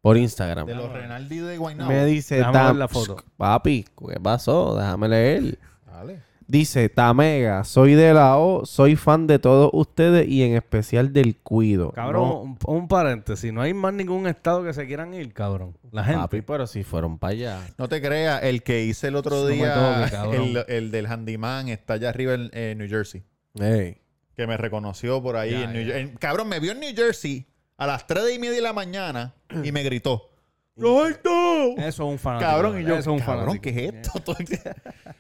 S3: Por Instagram.
S2: De los Renaldi de Guaynabo.
S3: Me dice,
S1: Déjame ver
S3: "Tam-
S1: la foto".
S3: papi, ¿qué pasó? Déjame leer.
S2: Dale.
S3: Dice, Tamega, soy de la O, soy fan de todos ustedes y en especial del Cuido.
S1: Cabrón,
S3: No,
S1: un, un paréntesis. No hay más ningún estado que se quieran ir, cabrón. La gente.
S3: papi, pero si fueron para allá.
S2: No te creas, el que hice el otro
S1: No me
S2: día,
S1: toques, cabrón.
S2: el, el del handyman, está allá arriba en eh, New Jersey.
S3: Ey.
S2: que me reconoció por ahí.
S1: Ya,
S2: en New Jer- en- cabrón, me vio en New Jersey a las 3 y media de la mañana y me gritó. ¡Roberto!
S1: Eso es un fanático.
S2: Cabrón, y yo,
S1: Eso es un
S2: cabrón,
S1: fanático.
S2: ¿qué es esto?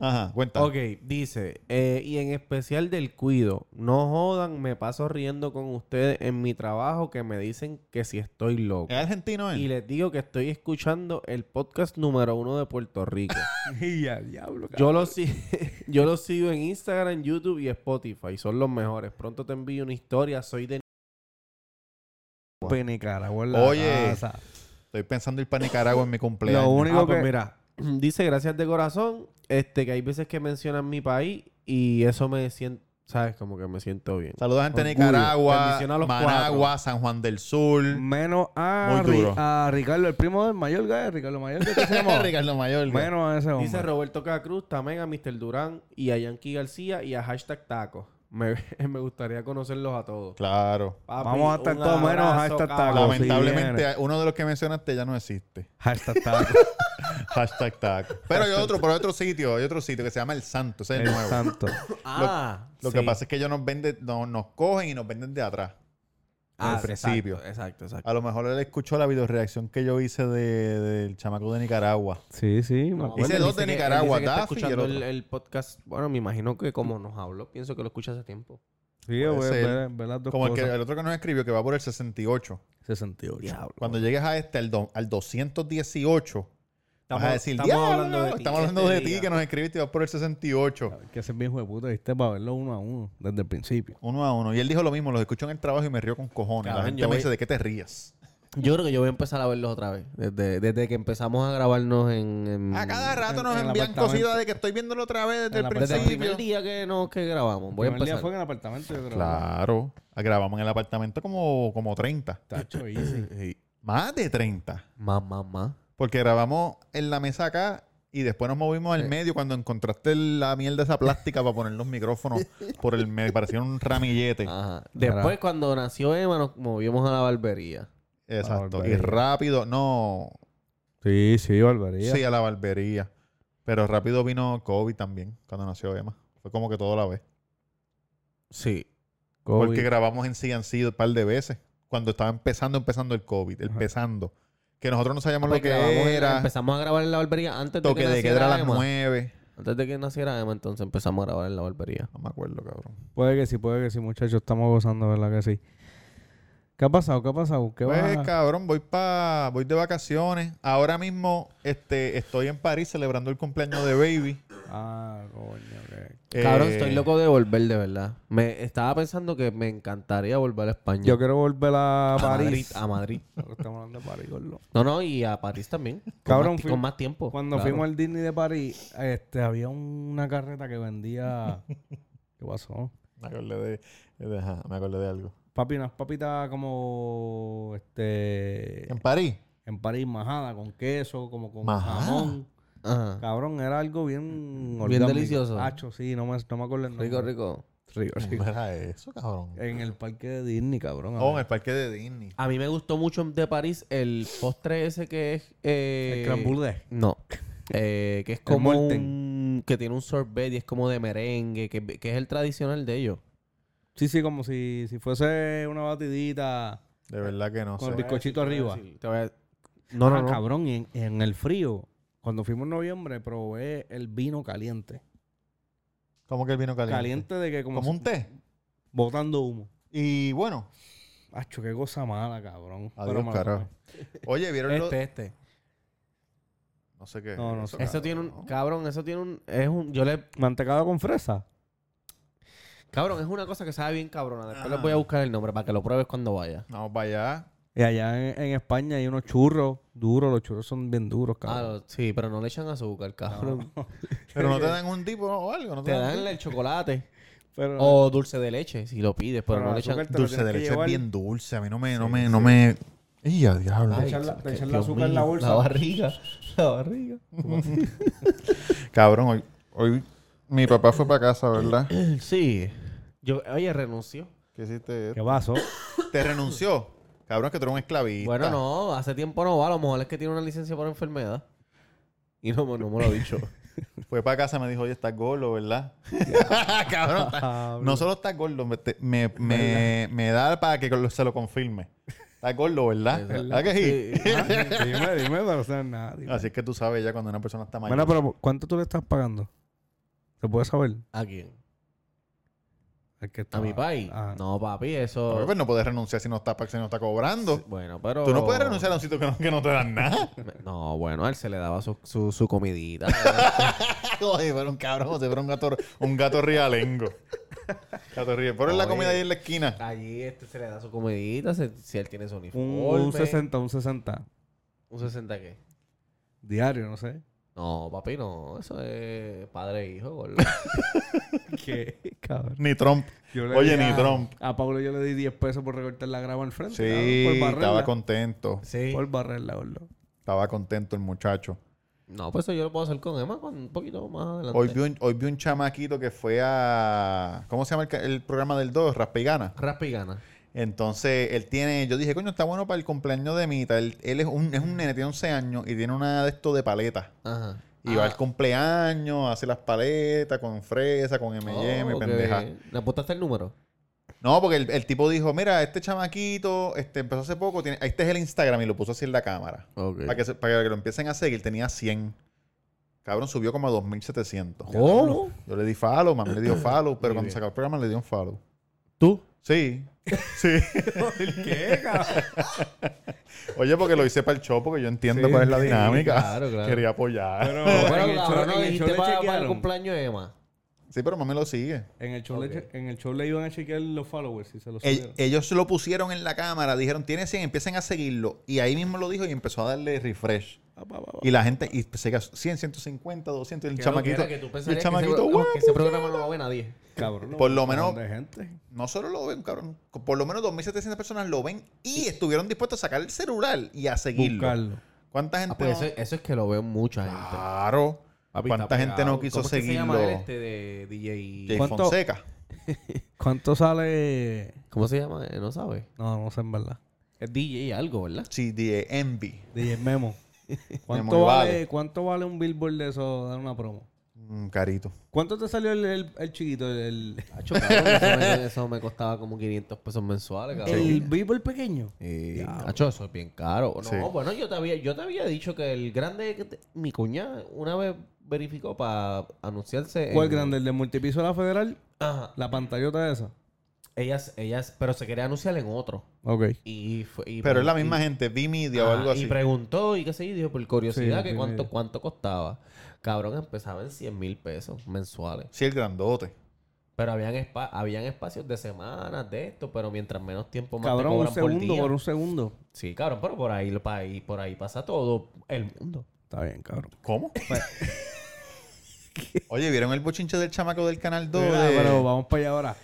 S2: Ajá, cuenta.
S3: Ok, dice, eh, y en especial del cuido, no jodan, me paso riendo con ustedes en mi trabajo que me dicen que si estoy loco.
S2: ¿Es argentino él?
S3: Y les digo que estoy escuchando el podcast número uno de Puerto Rico.
S1: Y ya, diablo,
S3: Yo lo, si- yo lo sigo en Instagram, YouTube y Spotify. Son los mejores. Pronto te envío una historia. Soy de...
S1: cabrón. Nicaragua en la
S2: Oye.
S1: casa.
S2: Estoy pensando ir para Nicaragua en mi cumpleaños.
S1: Lo único
S3: Ah, pues
S1: que...
S3: mira, dice gracias de corazón, este, que hay veces que mencionan mi país y eso me siento, ¿sabes? Como que me siento bien.
S2: Saludos a gente de
S3: Orgullo.
S2: Nicaragua,
S3: Bendición a los
S2: Managua, San Juan del Sur.
S1: Menos a,
S2: Muy
S1: Ri-
S2: duro.
S1: a Ricardo, el primo del Mayorga, ¿eh? Ricardo Mayorga, ¿qué se llama?
S2: Ricardo Mayor.
S1: Menos a ese hombre.
S3: Dice Roberto Cacruz, Tamega, Mr. Durán y a Yankee García y a Hashtag Tacos. Me, me gustaría conocerlos a todos.
S2: Claro.
S3: Papi,
S1: Vamos a estar
S3: un
S1: todos menos
S3: abrazo,
S1: Hashtag
S3: cabrón.
S1: Tacos.
S2: Lamentablemente,
S1: sí,
S2: uno de los que mencionaste ya no existe.
S1: Hashtag taco.
S2: Este Hashtag tag. Pero hay otro, pero hay otro sitio, hay otro sitio que se llama El Santo. Ese es el
S1: el
S2: nuevo.
S1: santo.
S3: Ah,
S2: Lo que pasa es que ellos nos venden, no- nos cogen y nos venden de atrás. al principio.
S3: Ah, Exacto, exacto.
S2: A lo mejor él escuchó la videoreacción que yo hice de- del chamaco de Nicaragua.
S1: Sí, sí. me
S3: No,
S1: acuerdo.
S2: Hice
S3: él
S2: dos
S3: dice
S2: de
S3: que- él
S2: Nicaragua,
S3: dice que
S2: Daffy
S3: está
S2: y el
S3: escuchando el,
S2: otro.
S3: el podcast. Bueno, me imagino que como nos habló, pienso que lo escucha hace tiempo.
S1: Sí,
S2: puede
S1: ve-
S2: ser.
S1: ve- ve las dos
S2: Como el, que,
S1: cosas.
S2: el otro que nos escribió que va por el 68.
S1: 68.
S2: Cuando llegues a este, al, do- al 218, vas a decir,
S3: estamos hablando de ti
S2: Estamos hablando
S3: este
S2: de ti
S3: día".
S2: que nos escribiste y vas por el 68.
S1: Hay Que ese viejo de puta, ¿viste? Para verlo uno a uno desde el principio.
S2: Uno a uno. Y él dijo lo mismo, los escucho en el trabajo y me río con cojones. la
S3: Cabrón,
S2: gente
S3: yo
S2: me
S3: voy-
S2: dice, ¿de qué te ríes?
S3: Yo creo que yo voy a empezar a verlos otra vez. Desde, desde que empezamos a grabarnos en. en-
S2: A cada rato
S1: Mm. en-
S2: nos
S1: en el
S2: envían
S1: apartamento.
S2: cositas de que estoy viéndolo otra vez desde
S1: En
S2: el
S1: la- desde
S3: Desde el primer
S2: principio.
S3: día que, no, que grabamos. Voy a
S1: Primer día
S3: empezar.
S1: fue en el apartamento, yo creo.
S2: Claro. Ah, Grabamos en el apartamento como, como 30.
S1: Tacho, easy.
S2: Más de 30.
S3: Más, más, más.
S2: Porque grabamos en la mesa acá y después nos movimos al medio cuando encontraste la mierda esa plástica para poner los micrófonos por el me pareció un ramillete.
S3: Ajá. Después,
S1: Gra-
S3: cuando nació Emma, nos movimos a la barbería.
S2: Exacto. Y
S1: barbería.
S2: rápido, no,
S1: Sí, sí, barbería.
S2: sí a la barbería. Pero rápido vino COVID también cuando nació Emma. Fue como que todo a la vez.
S3: Sí.
S1: COVID.
S2: Porque grabamos en CNC un par de veces cuando estaba empezando empezando el COVID, empezando. Que nosotros no sabíamos lo
S3: Porque
S2: que
S3: grabamos en-
S2: era.
S3: empezamos a grabar en la barbería antes de que
S2: Toque de
S3: naciera
S2: queda a las
S3: Emma.
S2: 9.
S3: Antes de que naciera Emma, entonces empezamos a grabar en la barbería.
S2: No me acuerdo, cabrón.
S1: Puede que sí, puede que sí, muchachos. Estamos gozando, ¿verdad que sí? ¿Qué ha pasado? ¿Qué ha pasado? ¿Qué
S2: Pues,
S1: va?
S2: cabrón, voy pa, voy de vacaciones. Ahora mismo este, estoy en París celebrando el cumpleaños de Baby.
S1: Ah, coño. qué-
S3: Cabrón,
S2: Eh,
S3: estoy loco de volver, de verdad. Me estaba pensando que me encantaría volver a España.
S1: Yo quiero volver a
S3: a Madrid,
S1: París.
S3: a Madrid.
S1: Estamos hablando de París, gordo.
S3: No, no, y a París también. Con
S1: Cabrón,
S3: más, ti-
S1: fui-
S3: con más tiempo.
S1: Cuando
S3: claro.
S1: fuimos al Disney de París, este, había una carreta que vendía ¿Qué pasó?
S2: Me acordé de, de- ajá, me acordé de algo.
S1: Papi, unas papitas como este
S2: En París.
S1: en París majada con queso, como con
S2: Majada.
S1: jamón.
S3: Ajá.
S1: Cabrón, era algo bien orgánico.
S3: delicioso.
S1: Hacho, sí, no me, no me acuerdo el nombre.
S3: Rico, rico. Rico,
S2: ¿Cómo era eso, cabrón?
S3: Eh,
S1: En el parque de Disney, cabrón.
S2: Oh, en el parque de Disney.
S3: A mí me gustó mucho de París el postre ese que es... Eh,
S1: Crambulé.
S3: No. Eh, que es como
S1: molten.
S3: un- que tiene un sorbet y es como de merengue, que, que es el tradicional de ellos.
S1: Sí, sí, como si, si fuese una batidita
S2: De verdad que no
S1: con el
S2: sé.
S1: bizcochito arriba.
S3: Te voy a- No,
S1: Ah,
S3: no, no.
S1: cabrón, y en, en el frío, cuando fuimos en noviembre, probé el vino caliente.
S2: ¿Cómo que el vino caliente?
S1: Caliente, de que como,
S2: Como un té.
S1: botando humo.
S2: Y bueno,
S1: Hacho, qué cosa mala, cabrón.
S2: Adiós,
S1: Pero me lo
S2: carajo. oye, ¿vieron lo...?
S3: Este, este.
S2: No sé qué.
S1: No, no
S2: es
S1: sé.
S3: Eso tiene un... Cabrón, eso tiene un... Es un... Yo le...
S1: tomé. Mantecado con fresa.
S3: Cabrón, es una cosa que sabe bien cabrona. Después les
S2: Ajá.
S3: voy a buscar el nombre para que lo pruebes cuando vaya.
S2: Vamos para allá.
S1: Y allá en, en España hay unos churros duros. Los churros son bien duros,
S3: Ah,
S1: cabrón.
S3: lo- sí, pero no le echan azúcar, cabrón.
S2: Pero no te dan un tipo o algo. No te,
S3: Te
S2: dan,
S3: dan el chocolate
S1: Pero,
S3: o dulce de leche si lo pides, Oh, pero
S1: pero
S3: no
S1: el
S3: le echan...
S1: azúcar te lo
S2: Dulce
S1: tienes
S2: de
S1: que
S2: leche es
S1: llevar.
S2: bien dulce. A mí no me... No me... No me... ¡Y a diablo!
S1: Te
S3: Ay,
S1: echan la- te
S3: que-
S1: echan la
S3: Dios
S1: azúcar en la
S3: mío,
S1: bolsa.
S3: La barriga. La barriga.
S2: Cabrón, hoy, hoy mi papá fue para casa, ¿verdad?
S3: Sí. Yo, oye, renunció.
S2: ¿Qué hiciste?
S1: ¿Qué pasó?
S2: ¿Te renunció? Cabrón, que tú eres un esclavista.
S3: Bueno, no, hace tiempo no va. A lo mejor es que tiene una licencia por enfermedad. Y no, me- no me lo ha dicho.
S2: Fue para casa me dijo, oye, estás gordo, ¿verdad? Cabrón, estás- no solo estás gordo, me, te- me, me, me da para que lo- se lo confirme. Estás gordo, ¿verdad? ¿Verdad que sí?
S3: Sí.
S1: Ah, dime, dime, pero o sea, nada. dime.
S2: Así es que tú sabes ya cuando una persona está mayor.
S1: Bueno, pero ¿cuánto tú le estás pagando? ¿Se puede saber?
S3: ¿A quién?
S1: El que
S3: ¿A
S1: estaba-
S3: mi país?
S1: Ah.
S3: No, papi, eso...
S2: Oye, pues no puedes renunciar si no está, si no está cobrando.
S3: Bueno, pero...
S2: Tú no puedes renunciar a un sitio que no, que no te dan nada.
S3: No, bueno, a él se le daba su, su, su comidita.
S2: Oye, pero un cabrón, José, pero un gato, un gato rialengo. Gato ríe. Pero es la
S3: Oye.
S2: comida ahí en la esquina.
S3: Allí este se le da su comidita se- si él tiene su
S1: Un,
S3: uniforme.
S1: un 60, un 60.
S3: ¿Un 60 qué?
S1: Diario, no sé.
S3: No, papi, no. Eso es padre e hijo, gordo.
S1: ¿Qué? Cabrón.
S2: Ni Trump.
S1: Yo le
S2: Oye,
S1: di
S2: ni
S1: a-
S2: Trump.
S1: A Pablo yo le di 10 pesos por recortar la grava al frente. cabrón,
S2: Sí,
S1: por barrerla.
S2: estaba contento.
S3: Sí.
S1: Por barrerla, gordo.
S2: Estaba contento el muchacho.
S3: No, pues eso yo lo puedo hacer con Emma con un poquito más adelante.
S2: Hoy vi, un, hoy vi un chamaquito que fue a... ¿Cómo se llama el, ca- el programa del 2? Raspigana.
S3: Raspa y gana.
S2: Entonces, él tiene... Yo dije, coño, está bueno para el cumpleaños de Mita. Él, él es, un, es un nene, tiene 11 años y tiene una de esto de paleta.
S3: Ajá.
S2: Y va
S3: Ah,
S2: al cumpleaños, hace las paletas con fresa, con M&M,
S3: oh,
S2: pendeja.
S3: ok. ¿Le apuntaste el número?
S2: No, porque el, el tipo dijo, mira, este chamaquito este, empezó hace poco, tiene, este es el Instagram y lo puso así en la cámara.
S3: Ok.
S2: Para, que se- para que lo empiecen a seguir, tenía 100. Cabrón, subió como a 2.700.
S3: ¿Cómo?
S2: Yo le di follow, mami le dio follow, pero cuando se acabó el programa le dio un follow.
S3: ¿Tú?
S2: Sí. Sí.
S1: ¿Qué, cabrón?
S2: Oye, porque lo hice para el show, porque yo entiendo
S1: Sí,
S2: cuál es la
S1: sí,
S2: dinámica.
S3: claro, claro.
S2: Quería apoyar.
S1: en
S3: Bueno,
S1: el show-
S3: cabrón,
S1: en
S3: no
S1: el show le
S3: dijiste para, para el
S1: chequearon.
S3: cumpleaños de Emma.
S2: Sí, pero mami lo sigue.
S1: En el, show le, che- en el show le iban a chequear los followers si se los
S3: Pues
S2: El-
S1: subieron.
S2: ellos lo pusieron en la cámara, dijeron, tiene 100, empiecen a seguirlo. Y ahí mismo lo dijo y empezó a darle refresh.
S1: Ah, pa, pa, pa.
S3: Pues
S2: Y la gente, y se quedó 100, 150, 200. Y el
S3: Que
S2: chamaquito,
S3: no, que era que tú
S2: y
S3: pensarías
S2: el chamaquito,
S3: que ese,
S2: "Guau,
S3: que ese programa no lo ve nadie.
S1: Cabrón.
S2: por lo
S1: un montón
S2: menos-
S1: De gente.
S2: No solo lo ven, cabrón. Por lo menos 2.700 personas lo ven y estuvieron dispuestos a sacar el celular y a seguirlo.
S1: Buscarlo.
S2: ¿Cuánta gente
S3: Ah, pues
S2: no-
S3: eso, eso es que lo ve mucha gente.
S2: Claro.
S3: Papi, está
S2: ¿Cuánta gente
S3: pegado.
S2: no quiso
S3: ¿Cómo es que se llama
S2: seguirlo?
S3: él, este de DJ?
S2: Jay
S1: ¿Cuánto?
S2: Fonseca.
S1: ¿Cuánto sale?
S3: ¿Cómo se llama? Eh, No sabe.
S1: No, no sé en verdad.
S3: Es DJ algo, ¿verdad?
S2: Sí, de Envy.
S1: DJ Memo. ¿Cuánto,
S2: Memo y
S1: vale,
S2: vale.
S1: ¿Cuánto vale un billboard de eso dar una promo?
S2: Mm, carito.
S1: ¿Cuánto te salió el, el- el chiquito? El,
S3: Acho, cabrón, eso, me, eso me costaba como 500 pesos mensuales,
S1: el,
S3: cabrón.
S1: el billboard pequeño.
S3: Eh, acho, eso es bien caro. No,
S2: Sí.
S3: bueno, yo te, había, yo te había dicho que el grande... que te- mi cuñada una vez verificó para anunciarse...
S1: ¿Cuál
S3: en-
S1: grande? ¿El de multipiso de la federal?
S3: Ajá.
S1: La pantallota esa.
S3: Ellas, ellas... Pero se quería anunciar en otro.
S1: Ok.
S3: Y fue... y
S2: Pero es la
S3: pregun-
S2: misma
S3: y-
S2: gente, B-Media o
S3: Ajá,
S2: algo así.
S3: Y preguntó y qué sé yo, y dijo por curiosidad
S1: Sí,
S3: que
S1: sí,
S3: cuánto,
S1: medio.
S3: cuánto costaba. Cabrón, empezaba en 100 mil pesos mensuales.
S2: Sí, el grandote.
S3: Pero habían, espa- habían espacios de semanas de esto, pero mientras menos tiempo más te
S1: Cabrón, un
S3: cobran por
S1: segundo,
S3: día.
S1: por un segundo.
S3: Sí, cabrón, pero por ahí, por ahí, por ahí pasa todo el mundo.
S1: Está bien, cabrón.
S2: ¿Cómo? Oye, ¿vieron el bochinche del chamaco del Canal 2?
S1: Mira,
S2: de-
S1: Ah, pero vamos para allá ahora.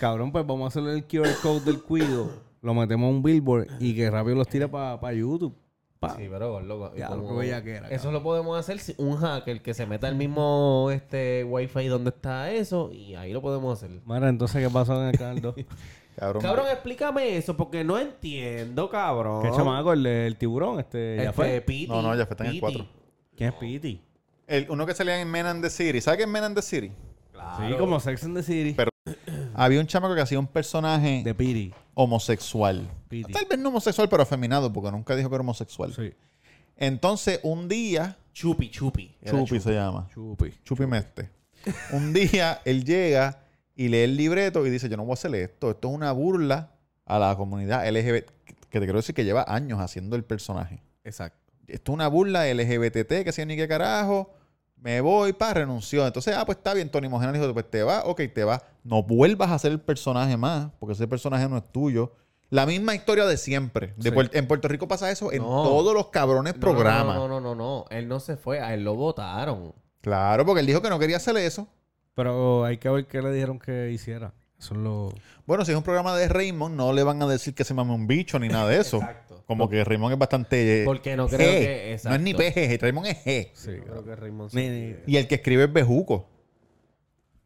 S1: Cabrón, pues vamos a hacerle el QR code del cuido. Lo metemos a un billboard y que rápido los tira para YouTube. Pa.
S3: Sí, pero loco.
S1: Ya, lo que bellaquera,
S3: eso lo podemos hacer si un hacker que se meta el mismo este wifi donde está eso y ahí lo podemos hacer.
S1: Mara, entonces, ¿qué pasó en el canal 2? que
S2: Cabrón.
S3: Cabrón, explícame eso porque no entiendo, cabrón.
S1: chamaco? El, el tiburón, este, ya
S3: Este,
S1: fue.
S3: Piti,
S2: No, no, ya fue, está en el
S3: Piti.
S2: cuatro.
S1: ¿Quién es Piti?
S2: El- uno que salía en Men and the City. ¿Sabes qué es Men and the City?
S1: Sí, como Sex and the City.
S2: Pero- Había un chamaco que hacía un personaje
S1: de Piri.
S2: homosexual.
S1: Piti.
S2: Tal vez no homosexual, pero afeminado, porque nunca dijo que era homosexual.
S1: Sí.
S2: Entonces, un día,
S3: Chupi, chupi. Era
S2: Chupi, se llama.
S1: Chupi.
S2: Chupi Meste. este. Un día, él llega y lee el libreto y dice, yo no voy a hacer esto. Esto es una burla a la comunidad LGBT, que te quiero decir que lleva años haciendo el personaje.
S3: Exacto.
S2: esto es una burla LGBTT, que sea ni qué carajo, me voy, pa, renunció. Entonces, ah, pues está bien, Tony Mogenal dijo, pues te va, ok, te va. No vuelvas a hacer el personaje más, porque ese personaje no es tuyo. La misma historia de siempre. De
S1: Sí.
S2: Puer- en Puerto Rico pasa eso en
S3: No.
S2: todos los cabrones
S3: No,
S2: programas.
S3: No, no, no, no, no. Él no se fue, a él lo votaron.
S2: Claro, porque él dijo que no quería hacer eso.
S1: Pero hay que ver qué le dijeron que hiciera. Eso es lo...
S2: Bueno, si es un programa de Raymond, no le van a decir que se mame un bicho ni nada de eso.
S3: Exacto.
S2: Como que Raymond es bastante. eh,
S3: Porque no creo
S2: G.
S3: que-
S2: No es ni
S3: exacto.
S2: PG, Raymond es G.
S1: Sí,
S3: Creo que Raymond
S1: Ni-
S3: se-
S1: ni-
S2: Y el que escribe es Bejuco.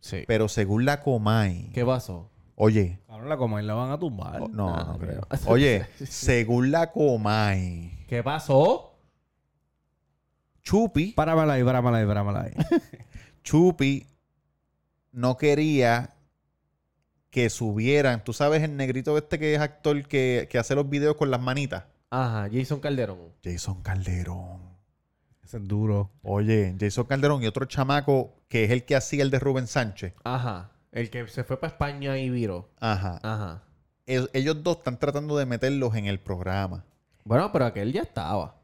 S3: Sí.
S2: Pero según la Comay.
S3: ¿Qué pasó?
S2: Oye,
S1: Cabrón, la comen la van a tumbar.
S2: O- No,
S3: Ah,
S2: no creo.
S3: creo.
S2: Oye, según la Comay,
S3: ¿Qué pasó?
S2: Chupi,
S1: Páramela ahí, páramela ahí, páramela ahí.
S2: Chupi no quería que subieran. Tú sabes el negrito este que es actor que, que hace los videos con las manitas.
S3: Ajá, Jason Calderón.
S2: Jason Calderón.
S1: Ese es duro.
S2: Oye, Jason Calderón y otro chamaco que es el que hacía el de Rubén Sánchez.
S3: Ajá. El que se fue para España y viró.
S2: Ajá.
S3: Ajá.
S2: El- E-, ellos dos están tratando de meterlos en el programa.
S3: Bueno, pero aquel ya estaba.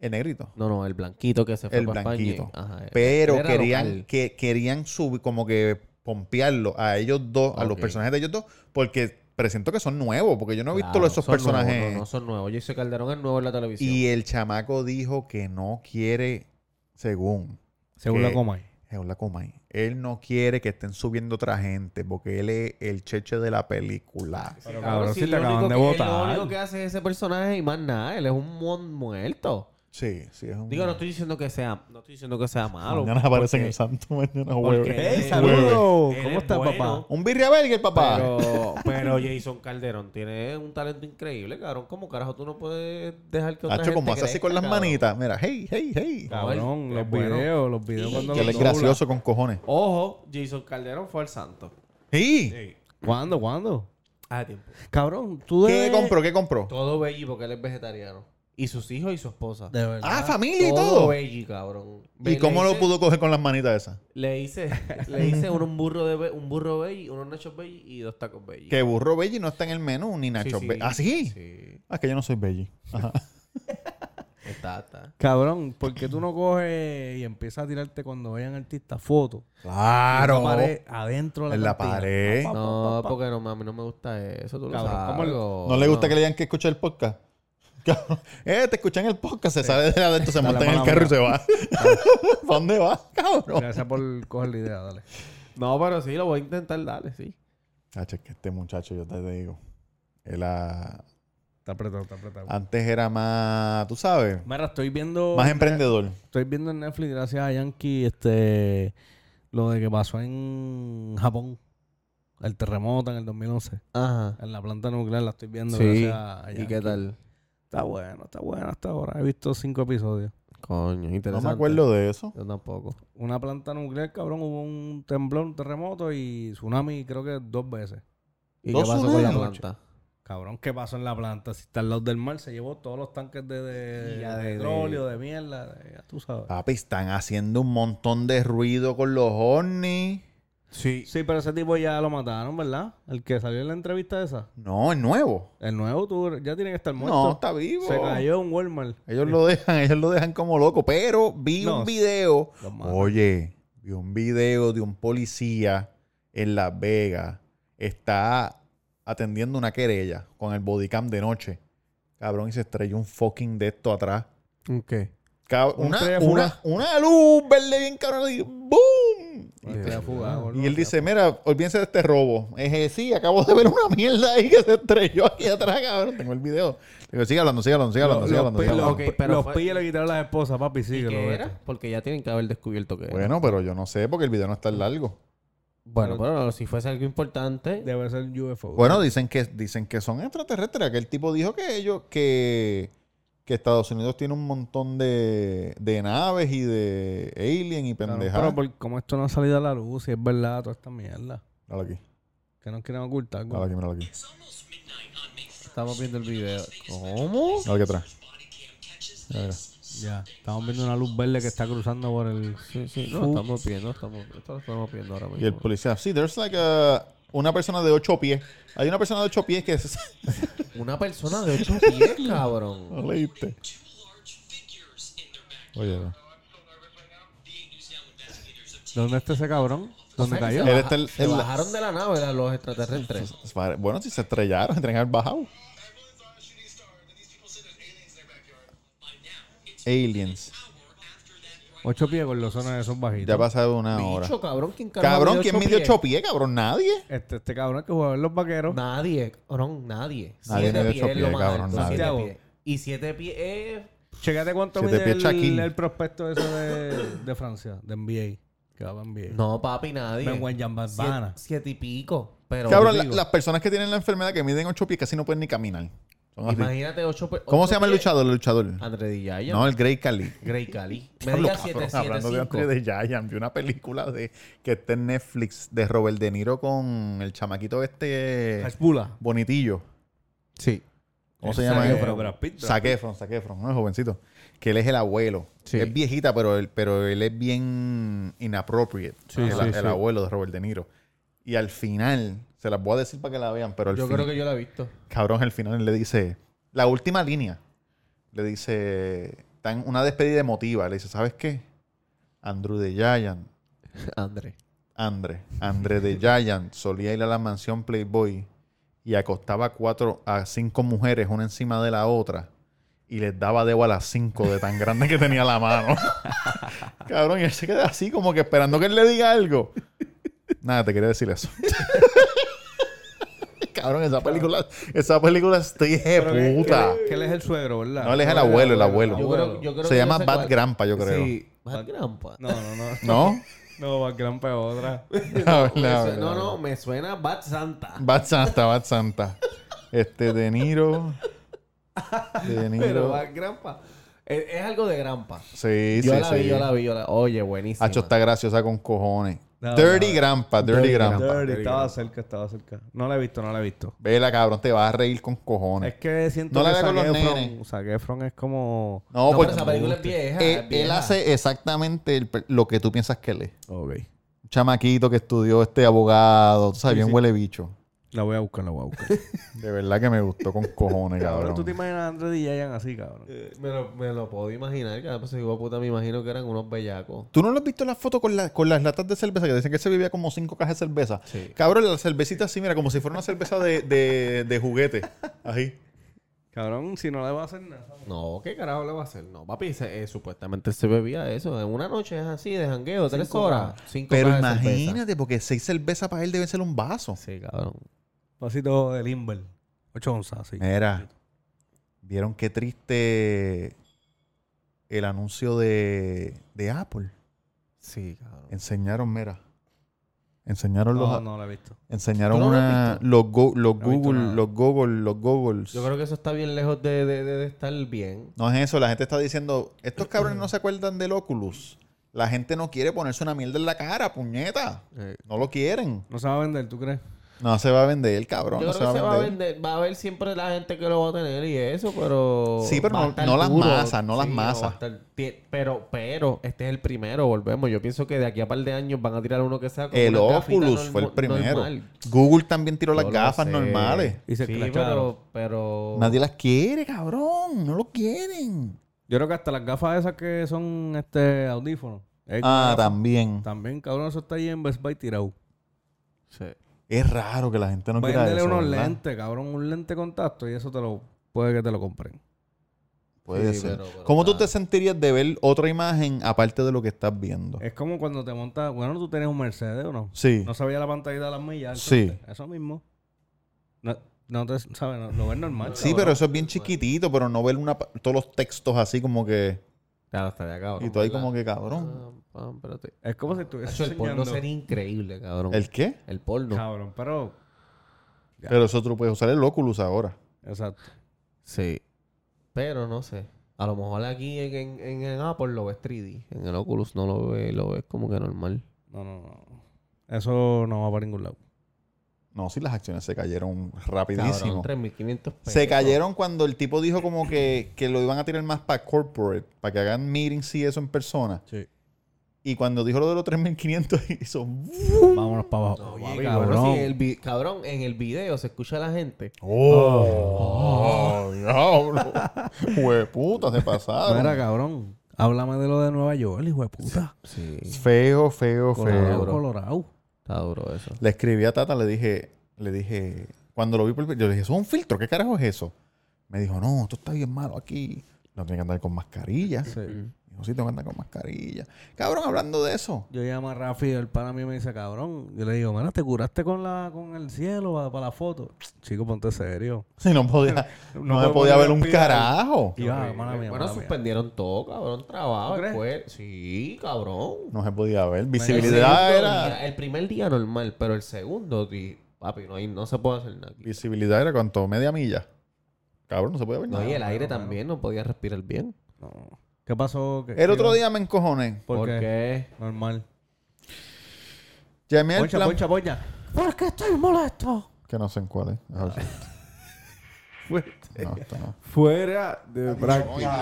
S2: El negrito.
S3: No, no, el blanquito que se fue
S2: El
S3: para
S2: blanquito.
S3: España. Ajá.
S2: Pero
S3: Eh, Era
S2: querían,
S3: local.
S2: que, querían subir, como que pompearlo a ellos dos, a los
S3: Ok.
S2: personajes de ellos dos, porque presento que son nuevos, porque yo no he visto
S3: Claro,
S2: esos
S3: son
S2: personajes.
S3: nuevos, no, no son nuevos. Jason Calderón es nuevo en la televisión.
S2: y el chamaco dijo que no quiere, según,
S1: Según
S2: ¿Qué?
S1: la comen.
S2: según la Comay, él no quiere que estén subiendo otra gente, porque él es el cheche de la película.
S1: Pero cabrón, si
S3: lo
S1: te acaban
S3: único
S1: de
S3: que- Lo
S1: votar.
S3: único que hace es ese personaje y más nada. Él es un mon muerto.
S2: Sí, sí, es un...
S3: Digo, no estoy diciendo que sea, no estoy diciendo que sea malo.
S2: Mañana aparece en
S3: Ah, porque-
S2: el santo, mañana
S3: porque
S2: hueve.
S3: él
S1: Ey,
S3: es-
S1: saludos.
S3: él
S1: ¿Cómo
S3: es
S1: estás,
S3: bueno,
S2: Un birria burger, papá.
S3: Pero, pero Jason Calderón tiene un talento increíble, cabrón. ¿Cómo carajo tú no puedes dejar que otra
S2: Hacho,
S3: gente
S2: como hace así
S3: crezca,
S2: con las
S3: cabrón?
S2: manitas. Mira, hey, hey, hey.
S1: Cabrón,
S3: es
S1: los
S3: bueno.
S1: videos, los videos
S3: Y-
S1: cuando
S2: Que él
S1: los
S2: es
S1: dobla.
S2: gracioso con cojones.
S3: Ojo, Jason Calderón fue al santo.
S2: ¡Sí!
S1: ¿Cuándo, cuándo?
S3: A tiempo.
S1: Cabrón, tú
S2: ¿Qué
S1: debes-
S2: compró? ¿Qué compró?
S3: Todo bello porque él es vegetariano. Y sus hijos y su esposa.
S1: De verdad.
S2: Ah, familia y todo.
S3: bello, cabrón.
S2: ¿Y
S3: Le
S2: cómo lo
S3: hice-
S2: pudo coger con las manitas esas?
S3: Le hice, le hice un, un burro de be- un burro bello, unos nachos bello y dos tacos bello.
S2: Que burro Belli no está en el menú, ni Nacho
S3: Sí, sí.
S2: Belli. ¿Ah, sí?
S3: Sí,
S2: Ah, que yo no soy Belli. Ajá.
S3: está, está.
S1: Cabrón, ¿por qué tú no coges y empiezas a tirarte cuando vean artistas fotos?
S2: Claro.
S1: En la pared, adentro de la
S2: En la
S1: cantina.
S2: pared.
S1: Pa, pa,
S3: No,
S1: pa, pa.
S3: porque no, mami, no me gusta eso. Tú lo
S1: Cabrón,
S3: sabes.
S1: ¿cómo le-
S2: ¿No le gusta que le digan que escucha el podcast? Cabrón. Eh, te escuchan el podcast, se sale de adentro, se
S1: Dale,
S2: monta en el
S1: mala
S2: carro y se va. ¿Para dónde va, cabrón?
S1: Gracias por coger la idea, dale.
S3: No, pero sí, lo voy a intentar, dale, sí.
S2: Hacho, es que este muchacho, yo te digo. Él ah,
S1: Está apretado, está apretado.
S2: antes era más, tú sabes,
S1: Mira, estoy viendo,
S3: em-
S2: más emprendedor.
S1: estoy viendo en Netflix, gracias a Yankee, este, lo de que pasó en Japón. El terremoto en el 2011.
S3: Ajá.
S1: En la planta nuclear la estoy viendo.
S3: Sí.
S1: gracias a
S3: ¿Y
S1: Yankee.
S3: qué tal?
S1: Está bueno, está bueno hasta ahora. He visto cinco episodios.
S3: Coño, interesante.
S2: No me acuerdo de eso.
S3: Yo tampoco.
S1: Una planta nuclear, cabrón, hubo un temblor, un terremoto y tsunami creo que dos veces.
S3: ¿Y
S2: Dos
S3: qué pasó con la
S2: tsunamis.
S3: planta?
S1: Cabrón, ¿qué pasó en la planta? Si está al lado del mar, se llevó todos los tanques de, de,
S3: Y ya
S1: de
S3: de- Ah.
S1: petróleo, de mierda, de- ya tú sabes.
S2: Papi, están haciendo un montón de ruido con los ovnis.
S3: Sí.
S1: Sí, pero ese tipo ya lo mataron, ¿verdad? El que salió en la entrevista esa.
S2: No, es nuevo.
S1: El nuevo tú ya tiene que estar muerto.
S2: No, está vivo.
S1: Se cayó en Walmart.
S2: Ellos lo dejan, ellos lo dejan como loco. Pero vi
S1: No,
S2: un video.
S1: los matan.
S2: Oye, vi un video de un policía en Las Vegas. Está atendiendo una querella con el bodycam de noche. Cabrón, y se estrelló un fucking de esto atrás.
S3: ¿Qué?
S2: Cab-
S1: Un
S2: una,
S1: estrella
S2: una, una luz verde bien cabrón. y ¡Boom! bien.
S1: Te ha fugado, boludo.
S2: Y él dice, mira, olvídense de este robo. Eje, sí, acabo de ver una mierda ahí que se estrelló aquí atrás, cabrón. Tengo el video. Le digo, sigue hablando, sigue hablando, sigue hablando, sigue hablando. sigue
S1: Los,
S2: hablando".
S1: los-
S3: Ok, pero
S1: los
S3: fue-
S1: pillos le quitaron las esposas, papi,
S3: ¿Y
S1: síguelo.
S3: qué
S1: vete.
S3: era? Porque ya tienen que haber descubierto que era. Bueno,
S2: Bueno, pero yo no sé porque el video no está largo.
S3: pero si fuese algo importante...
S1: Debe ser UFO.
S2: Bueno, dicen que, dicen que son extraterrestres. Aquel tipo dijo que ellos, que, que Estados Unidos tiene un montón de, de naves y de alien y
S1: Claro,
S2: pendejadas.
S1: Pero por- como esto no ha salido a la luz, si es verdad toda esta mierda.
S2: Míralo aquí,
S1: Que no quieren ocultar,
S2: míralo
S1: güey.
S2: aquí, míralo aquí.
S3: Estamos viendo el video. ¿Cómo?
S2: Míralo aquí atrás. Mira, mira.
S1: Ya. Estamos viendo una luz verde que está cruzando por el.
S3: Sí, sí, no, estamos viendo, estamos, esto lo estamos viendo ahora
S2: Y el
S3: mismo.
S2: policía, sí, there's like a- una persona de ocho pies. Hay una persona de ocho pies que se...
S3: Una persona de 8 pies, cabrón.
S2: ¿No leíste? Oye, no.
S1: ¿Dónde está ese cabrón? ¿Dónde cayó?
S2: Él
S3: Se,
S2: está el-
S3: baja- se
S2: el-
S3: bajaron de la nave ¿verdad? los extraterrestres.
S2: Es para- Bueno, si se estrellaron, tendrían que haber bajado. Aliens.
S1: Ocho pies con los zonas de esos
S2: Ya
S1: bajitos.
S2: ha pasado una hora.
S3: Bicho, cabrón, ¿quién carajo
S2: Cabrón,
S3: mide
S2: ¿quién
S3: ocho
S2: mide
S3: pies?
S2: ocho pies, cabrón? Nadie.
S1: Este, este cabrón que jugaba en los vaqueros.
S3: Nadie, cabrón, nadie.
S2: Nadie
S3: Siete
S2: mide
S3: pies
S2: ocho
S3: es lo
S2: pies,
S3: más
S2: cabrón,
S3: alto,
S2: nadie.
S3: siete
S1: Santiago.
S3: pies. Y siete pies es...
S1: Chécate cuánto
S2: Siete
S1: mide
S2: pies,
S1: el,
S2: Shaquille.
S1: el prospecto ese de, de Francia, de NBA. Que va para NBA.
S3: No, papi, nadie.
S1: Ben Wenyan
S3: Siete-
S1: Barbana.
S3: Siete y pico. Pero
S2: Cabrón, la-
S3: digo,
S2: las personas que tienen la enfermedad que miden ocho pies casi no pueden ni caminar. Son así.
S3: imagínate ocho... pe-
S2: ¿Cómo
S3: ocho
S2: se llama el
S3: pies.
S2: luchador? El luchador.
S3: André Dillaya.
S2: No, el Grey Cali.
S3: Grey Cali.
S2: Diablo,
S3: Medida
S2: cabrón,
S3: 775.
S2: hablando de Andre de Giant, vi una película de que está en Netflix de Robert De Niro con el chamaquito este
S1: Hezbollah.
S2: bonitillo.
S3: Sí.
S2: ¿Cómo se
S1: Zac
S2: llama?
S1: Efron, Brad Pitt, Brad
S2: Saquefron, Saquefron, no es jovencito. Que él es el abuelo.
S3: Sí.
S2: Es viejita, pero él, pero él es bien inappropriate. el,
S1: sí,
S2: el
S1: sí.
S2: abuelo de Robert De Niro. Y al final, se las voy a decir para que la vean, pero al
S3: Yo
S2: fin-
S3: creo que yo la he visto.
S2: cabrón, al final le dice, la última línea, le dice, tan, una despedida emotiva, le dice, ¿sabes qué? Andrew the Giant,
S3: André.
S2: Andre, Andre the Giant solía ir a la mansión Playboy y acostaba cuatro a cinco mujeres una encima de la otra y les daba debo a las cinco de tan grande que tenía la mano. cabrón, y él se queda así como que esperando que él le diga algo. Nada, te quería decir eso. cabrón, esa película, esa película está hija de puta.
S1: Que él es el suegro, ¿verdad?
S2: No, él es el abuelo, el abuelo.
S3: Yo creo, yo creo
S2: Se
S3: que
S2: llama
S3: yo sé
S2: Bad
S3: cuál.
S2: Grandpa, yo creo.
S3: Sí, Bad Grandpa.
S1: No, no, no.
S2: ¿No?
S1: No, va gran para otra.
S2: La
S3: Me
S2: verdad,
S3: su- no,
S2: la
S3: no, me suena Bad Santa.
S2: Bad Santa, Bad Santa. Este, De Niro. De
S3: Pero
S2: Niro.
S3: Bad Grandpa. Es, es algo de Grampa.
S2: Sí,
S3: Yo
S2: sí,
S3: la
S2: sí.
S3: vi, yo la vi, yo la Oye, buenísimo.
S2: Hacho está graciosa con cojones.
S1: No,
S2: Dirty
S1: no.
S2: Grandpa, Dirty, Grandpa.
S1: Dirty, estaba cerca, estaba cerca. No la he visto, no la he visto.
S2: Vela, cabrón, te vas a reír con
S1: Es
S2: cojones.
S1: que siento
S2: No la
S1: que
S2: vea con
S1: Zac
S2: los
S1: Efron,
S2: nenes.
S1: Zac Efron es como...
S2: No,
S3: No, pero
S2: porque
S3: esa película es vieja.
S2: Eh, él,
S3: es vieja.
S2: él hace exactamente el per- lo que tú piensas que él es.
S1: Ok.
S2: Un chamaquito que estudió este abogado, tú sabes, bien huele bicho.
S1: La voy a buscar, la voy a buscar.
S2: De verdad que me gustó con cojones,
S1: cabrón, tú te
S2: cabrón.
S1: imaginas a Andre Dillayan así, cabrón.
S3: Eh, Me lo, me lo puedo imaginar. Cada vez digo, puta, me imagino que eran unos bellacos.
S2: ¿Tú no lo has visto en la foto con, la- con las latas de cerveza? Que dicen que se bebía como cinco cajas de cerveza.
S3: Sí.
S2: Cabrón, la cervecita así, mira, como si fuera una cerveza de, de, de juguete. Ahí.
S1: Cabrón, si no le va a hacer nada. ¿sabes?
S3: No, ¿qué carajo le va a hacer? No, papi, se- eh, supuestamente se bebía eso. En una noche es así, de jangueo, tres horas. Cinco
S2: Pero
S3: cajas de cerveza.
S2: imagínate, porque seis cervezas para él debe ser un vaso.
S3: Sí, cabrón.
S1: Vasito de Limber. 8 onzas, sí.
S2: Mira, ¿vieron qué triste el anuncio de, de Apple?
S3: Sí, cabrón.
S2: Enseñaron, mira. Enseñaron los...
S1: No, no la he visto.
S2: Enseñaron
S3: ¿Tú no lo has
S2: una...
S3: visto?
S2: Los, go- los
S1: No he visto
S2: Google,
S1: nada.
S2: los Google, los Googles.
S3: Yo creo que eso está bien lejos de, de- de- de estar bien.
S2: No es eso, la gente está diciendo, estos cabrones no se acuerdan del Oculus. La gente no quiere ponerse una mierda en la cara, puñeta.
S3: Eh,
S2: No lo quieren.
S1: No se va a vender, ¿tú crees?
S2: No se va a vender, cabrón.
S3: Yo
S2: no
S3: creo que se va a vender, va a haber siempre la gente que lo va a tener y eso, pero.
S2: Sí, pero
S3: va a
S2: no-
S3: estar
S2: no las
S3: duro.
S2: masas, no las
S3: va a
S2: masas.
S3: estar- ti- pero, pero, este es el primero, volvemos. Yo pienso que de aquí a par de años van a tirar uno que sea como
S2: El
S3: una gafita
S2: Oculus fue el
S3: norm-
S2: primero.
S3: normal.
S2: Google también tiró las
S3: Yo lo
S2: gafas
S3: sé.
S2: normales.
S1: Y se
S3: sí,
S1: clacharon.
S3: pero, pero.
S2: Nadie las quiere, cabrón. No lo quieren.
S1: Yo creo que hasta las gafas esas que son este audífonos. Es
S2: Ah,
S1: una gafa.
S2: también.
S1: También, cabrón, eso está ahí en Best Buy tirado.
S3: Sí.
S2: Es raro que la gente no quiera
S1: Véndele
S2: eso.
S1: unos
S2: ¿verdad?
S1: lentes, cabrón, un lente de contacto y eso te lo puede que te lo compren.
S2: Puede
S3: Sí,
S2: ser.
S3: pero- pero
S2: ¿Cómo tú te sentirías de ver otra imagen aparte de lo que estás
S3: Eh,
S2: viendo?
S1: Es como cuando te montas. Bueno, tú tenías un Mercedes o no.
S2: Ah. Sí.
S1: No sabía la pantalla de las millas.
S2: Sí.
S1: entonces, Eso mismo. No, no te sabes, no, lo ves normal.
S2: Sí, pero eso es bien chiquitito, pero no ver una, pa- todos los textos así como que...
S3: Claro, estaría cabrón.
S2: Y tú ahí
S3: ¿verdad?
S2: como que cabrón.
S3: Pam, Ah, pam, espérate.
S1: Es como si estuviese
S3: Hacho, el porno
S1: soñando.
S3: sería increíble, cabrón.
S2: ¿El qué?
S3: El porno.
S1: Cabrón, pero.
S2: Pero eso tú puedes usar el Oculus ahora.
S1: Exacto.
S3: Sí. Pero no sé. A lo mejor aquí en, en- en, en Apple lo ves 3D. En el Oculus no lo ves, lo ves como que normal.
S1: No, no, no. Eso no va para ningún lado.
S2: No, sí, las acciones se cayeron
S3: Cabrón,
S2: rapidísimo.
S3: 3500 pesos.
S2: Se cayeron cuando el tipo dijo como que, que lo iban a tirar más para corporate, para que hagan meetings y eso en persona.
S1: Sí.
S2: Y cuando dijo lo de los 3.500, hizo...
S1: Vámonos para abajo.
S3: No,
S1: Oye,
S3: papi,
S1: cabrón.
S3: cabrón. sí, el vi- cabrón, en el video se escucha a la gente.
S2: ¡Oh! ¡Diablo! ¡Hueputa, se pasaron!
S1: Mira, cabrón. Háblame de lo de Nueva York, hijo de puta.
S3: Sí.
S2: Feo, feo,
S1: Colorado,
S3: bro.
S1: Colorado.
S3: Está duro eso.
S2: Le escribí a Tata, le dije, le dije, cuando lo vi por el yo le dije, ¿eso es un filtro? ¿Qué carajo es eso? Me dijo, no, esto está bien malo aquí. No tiene que andar con mascarilla. Dijo, sí, tengo que andar con mascarilla. Cabrón, hablando de eso.
S1: Yo llamo a Rafi, el pana mío me dice, cabrón. Yo le digo, mira, te curaste con la con el cielo para la foto. Chico, ponte serio.
S2: Si no podía, no, me
S1: podemos
S2: podía ver un
S1: respirar.
S2: carajo.
S1: Y yo, ah, mala mía,
S3: bueno,
S1: mala mía.
S3: suspendieron todo, cabrón. Trabajo,
S1: ¿Tú crees?
S3: escuela. Sí, cabrón.
S2: No se podía ver.
S3: El,
S2: Visibilidad
S3: segundo
S2: era.
S3: día- el primer día normal, pero el segundo, di- papi, no, hay, no se puede hacer nada. aquí.
S2: Visibilidad era cuánto, media milla. Cabrón, no se podía ver
S3: No,
S2: nada.
S3: y el aire también no podía respirar bien.
S1: No. ¿Qué pasó? ¿Qué-
S2: El
S1: qué
S2: otro
S1: iba-
S2: día me encojoné.
S1: ¿Por, qué?
S3: qué?
S1: Normal.
S2: Llamé al
S1: Poncha,
S2: plan.
S1: poncha, poncha.
S2: Que no sé en cuál es. A ver si- No, esto no.
S6: Fuera de práctica.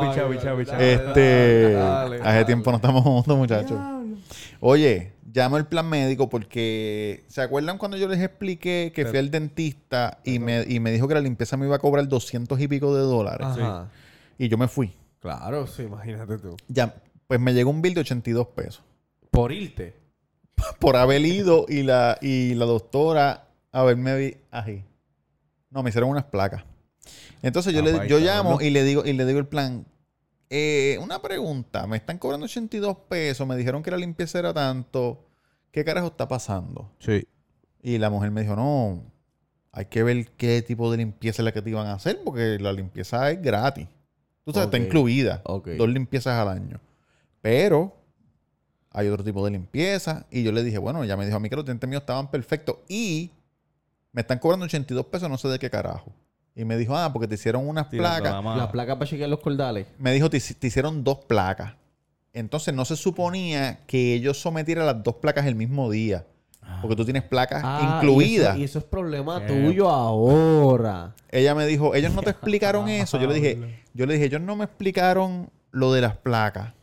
S1: Picha, picha, picha.
S2: Este,
S6: dale,
S2: hace tiempo no estamos juntos, muchachos. Oye, llamo el plan médico porque ¿se acuerdan cuando yo les expliqué que fui al dentista y me, y me dijo que la limpieza me iba a cobrar 200 y pico de dólares?
S3: Ajá.
S2: Y yo me fui.
S6: Claro, sí, imagínate tú.
S2: Ya, pues me llegó un bill de 82 pesos
S3: Por irte.
S2: por haber ido y la y la doctora haberme vi ahí. No, me hicieron unas placas. Entonces yo
S1: Ah,
S2: le
S1: pa' ahí
S2: yo
S1: está,
S2: llamo
S1: bueno.
S2: y le digo y le digo el plan eh, una pregunta, me están cobrando 82 pesos, me dijeron que la limpieza era tanto. ¿Qué carajo está pasando?
S1: Sí.
S2: Y la mujer me dijo, "No, hay que ver qué tipo de limpieza es la que te iban a hacer porque la limpieza es gratis. Tú sabes,
S3: Ok.
S2: está incluida.
S3: Ok.
S2: Dos limpiezas al año. Pero hay otro tipo de limpieza. Y yo le dije, bueno, ya me dijo a mí que los dientes míos estaban perfectos. Y me están cobrando 82 pesos, no sé de qué carajo. Y me dijo, ah, porque te hicieron unas placas.
S3: Las placas para chequear los cordales.
S2: Me dijo, te, hici- te hicieron dos placas. Entonces no se suponía que ellos sometieran las dos placas el mismo día. Porque tú tienes placas
S3: Ah,
S2: incluidas.
S3: Y eso, y eso es problema
S1: Eh.
S3: tuyo ahora.
S2: Ella me dijo, ellos no te explicaron eso. Yo le dije, yo le dije, ellos no me explicaron lo de las placas.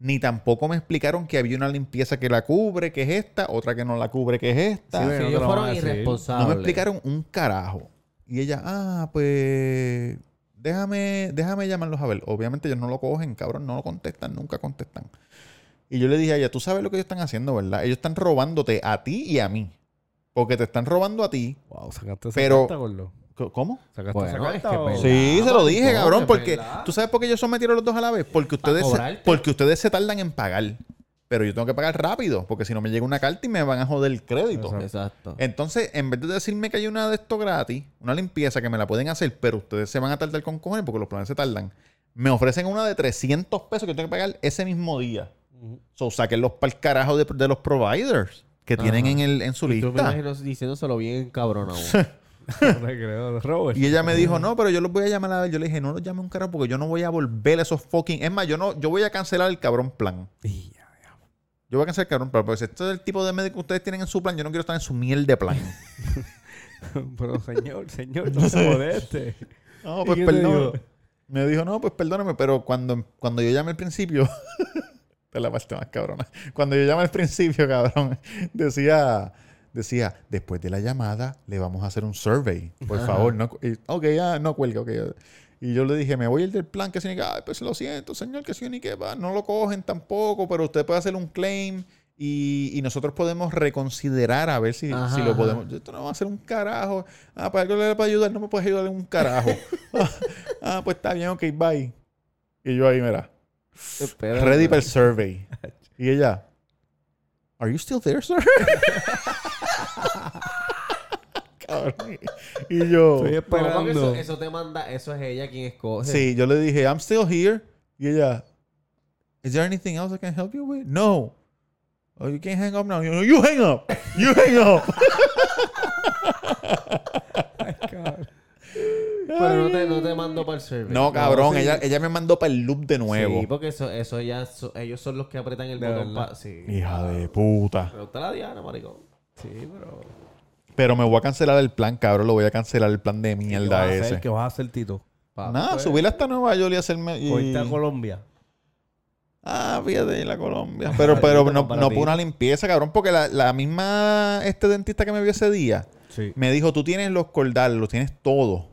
S2: Ni tampoco me explicaron que había una limpieza que la cubre, que es esta, otra que no la cubre, que es esta.
S1: Sí,
S3: Si
S1: no te
S3: ellos
S1: lo van a
S3: fueron
S1: decir.
S3: irresponsables.
S2: no me explicaron un carajo. Y ella, ah, pues déjame, déjame llamarlos a ver. Obviamente ellos no lo cogen, cabrón, no lo contestan, nunca contestan. Y yo le dije a ella, tú sabes lo que ellos están haciendo, ¿verdad? Ellos están robándote a ti y a mí. Porque te están robando a ti.
S1: Wow, sacaste esa
S2: Pero-
S1: carta, gordo.
S2: ¿Cómo?
S1: Sacaste
S3: Bueno,
S1: esa
S3: es
S1: carta.
S3: que
S1: o-
S3: pelea.
S2: Sí,
S3: Ah,
S2: se lo dije,
S3: maricón,
S2: cabrón,
S3: es
S2: porque
S3: verdad.
S2: tú sabes por qué ellos sometieron los dos a la vez, porque ustedes se,
S3: cobrarte.
S2: porque ustedes se tardan en pagar, pero yo tengo que pagar rápido, porque si no me llega una carta y me van a joder el crédito.
S3: Exacto.
S2: Entonces, en vez de decirme que hay una de esto gratis, una limpieza que me la pueden hacer, pero ustedes se van a tardar con cojones porque los planes se tardan, me ofrecen una de 300 pesos que yo tengo que pagar ese mismo día. So, saquenlos para el carajo de, de los providers que tienen en, el, en su
S3: Yo me
S2: lista.
S3: imagino diciéndoselo bien cabrón aún.
S1: No te creo, Robert.
S2: Y ella me dijo, no, pero yo los voy a llamar a ver. Yo le dije, no los llame un carajo porque yo no voy a volver a esos fucking. Es más, yo no, yo voy a cancelar el cabrón plan. Yo voy a cancelar el cabrón plan. Porque si este es el tipo de médico que ustedes tienen en su plan, yo no quiero estar en su miel de plan.
S1: Pero señor, señor, no se modeste.
S2: no,
S1: ¿Y
S2: pues
S1: qué te
S2: perdón.
S1: dijo?
S2: Me dijo, no, pues perdóname, pero cuando, cuando yo llamé al principio. Esta es la parte más cabrona. Cuando yo llamé al principio, cabrón, decía. Decía, después de la llamada le vamos a hacer un survey. Por favor, no. cu- y- ok, ya, no cuelga, ok. Y yo le dije, me voy a ir del plan, que si ni que, ay, pues lo siento, señor, que si ni que va. No lo cogen tampoco, pero usted puede hacer un claim y, y nosotros podemos reconsiderar a ver si,
S3: Ajá,
S2: si lo
S3: ajá.
S2: pues podemos. Yo, Esto no va a ser un carajo. Ah, para algo le va a ayudar, no me puedes ayudar en un carajo. ah, Ah, pues está bien, ok, bye. Y yo ahí, mira.
S3: Espera,
S2: ready para el survey. Y ella, ¿Are you still there, sir? Cabrón. Y yo,
S3: No, porque eso, eso te manda, eso es ella quien escoge.
S2: sí, yo le dije, I'm still here. Y ella, Is there anything else I can help you with? No. Oh, you can't hang up now. You, you hang up. You hang up.
S3: Pero no te, no te mando para el server.
S2: No, cabrón. Ella, ella me mandó para el loop de nuevo.
S3: Sí, porque eso, eso ya, so- ellos son los que apretan el botón para. Sí.
S2: Hija de puta.
S3: Pero está la Diana, maricón.
S2: Pero me voy a cancelar el plan, cabrón. Lo voy a cancelar el plan de
S1: vas
S2: mierda
S1: a hacer?
S2: ese.
S1: ¿Qué vas a hacer, Tito?
S2: Nada, subir hasta Nueva York y hacerme. y-
S1: Hoy está Colombia.
S2: Ah, fíjate, la Colombia. Pero, pero no, no por una limpieza, cabrón, porque la, la misma este dentista que me vio ese día
S1: Sí.
S2: me dijo, tú tienes los cordales, los tienes todos.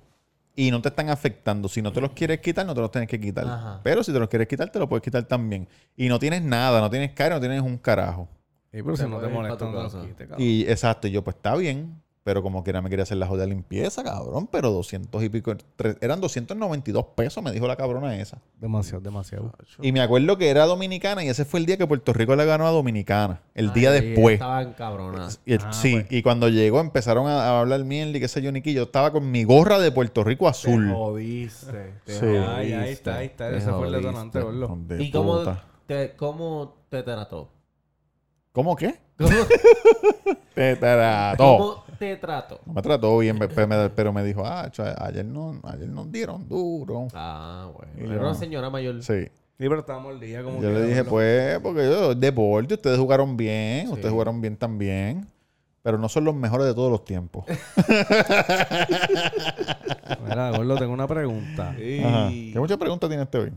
S2: Y no te están afectando. Si no te los quieres quitar, no te los tienes que quitar.
S3: Ajá.
S2: Pero si te los quieres quitar, te los puedes quitar también. Y no tienes nada, no tienes cara, no tienes un carajo.
S1: Sí, pero si no te
S3: puedes ir pa'
S1: molesta,
S3: tu
S1: no te los
S3: casa.
S1: quites, cabrón.
S2: Y exacto, y yo, pues está bien. Pero como quiera me quería hacer la jodida limpieza, cabrón. Pero 200 y pico, tre- eran 292 pesos, me dijo la cabrona esa.
S1: Demasiado, demasiado.
S2: Y me acuerdo que era dominicana y ese fue el día que Puerto Rico le ganó a Dominicana, el día
S3: Ay,
S2: después.
S3: Estaban cabronas.
S2: Y el- sí, y cuando llegó empezaron a, a hablar mierda y qué sé yo, Niki. Yo estaba con mi gorra de Puerto Rico azul.
S6: Jodiste. te
S2: Sí.
S6: jodiste.
S1: Ay, ahí está, ahí está. Ese fue el detonante, boludo.
S2: Hijo de
S3: ¿Y cómo
S2: puta.
S3: te, cómo te trató?
S2: ¿Cómo qué?
S3: ¿Cómo,
S2: Te trató.
S3: cómo te trató?
S2: No me trató bien, pe- pe- me- pero me dijo, ah, cho, ayer, no, ayer nos dieron duro.
S3: Ah, bueno.
S2: Y
S3: Era
S2: yo-
S3: una señora mayor.
S2: Sí.
S1: Sí, pero estábamos el día como
S2: Yo le dije, pues, porque yo, deporte, ustedes jugaron bien, ustedes jugaron bien también, pero no son los mejores de todos los tiempos.
S1: Mira, gordo, tengo una pregunta.
S2: Ajá. ¿Qué muchas preguntas tiene este hoy?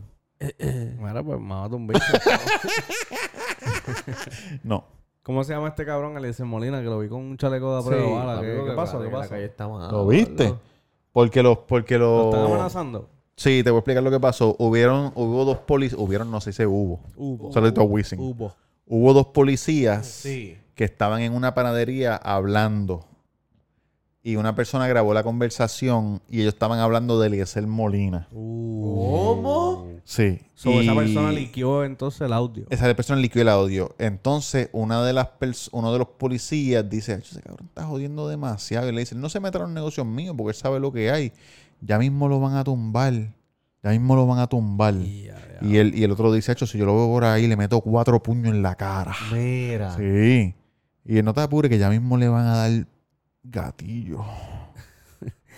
S1: Mira, pues mamá un bicho.
S2: No.
S1: ¿Cómo se llama este cabrón? Alicia Molina, que lo vi con un chaleco de prueba. de bala.
S3: papi,
S1: ¿Qué,
S3: porque
S1: qué pasó?
S3: la-
S1: ¿Qué
S3: la
S1: pasó?
S3: calle
S1: ¿Lo
S3: está mal,
S2: ¿Lo viste?
S3: boludo.
S2: Porque los, porque los.
S1: Ah, están amenazando?
S2: Sí, te voy a explicar lo que pasó. Hubieron, hubo dos policías, hubieron, no sé si hubo.
S1: Hubo.
S2: Saludito a Wisin.
S1: Hubo.
S2: Hubo dos policías
S3: Sí.
S2: que estaban en una panadería hablando. Y una persona grabó la conversación y ellos estaban hablando de Eliezer Molina.
S3: ¿Cómo?
S2: Sí.
S1: So, Uh. Esa
S2: Y-
S1: persona liqueó entonces el audio.
S2: Esa persona liquidó el audio. Entonces, una de las pers- uno de los policías dice, "Acho, ese cabrón está jodiendo demasiado. Y le dice, no se metan en los negocios míos porque él sabe lo que hay. Ya mismo lo van a tumbar. Ya mismo lo van a tumbar. Y, él, y el otro dice, "Acho, si yo lo veo por ahí, le meto cuatro puños en la cara.
S3: Mira.
S2: Sí. Y él, no te apures que ya mismo le van a dar gatillo.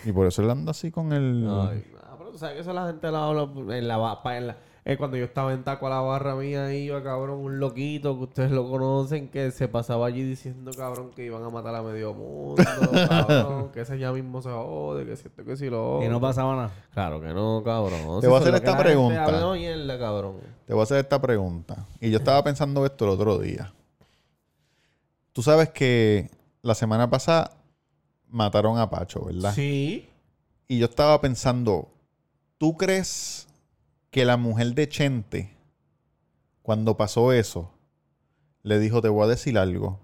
S2: y por eso él anda así con el...
S3: Ay, ah, pero tú sabes que eso la gente la habla en la, ba- pa- en la- eh, cuando yo estaba en taco a la barra mía ahí yo cabrón un loquito que ustedes lo conocen que se pasaba allí diciendo cabrón que iban a matar a medio mundo cabrón que ese ya mismo se jode que siento que si lo
S1: Y no pasaba nada.
S3: claro que no cabrón
S2: Te voy a
S3: Eso es
S2: hacer
S3: lo
S2: esta
S3: que la gente
S2: pregunta.
S3: habla mierda, cabrón
S2: Te voy a hacer esta pregunta. Y yo estaba pensando esto el otro día. Tú sabes que la semana pasada mataron a Pacho, ¿verdad?
S3: sí
S2: Y yo estaba pensando, ¿tú crees que la mujer de Chente, cuando pasó eso, le dijo, te voy a decir algo?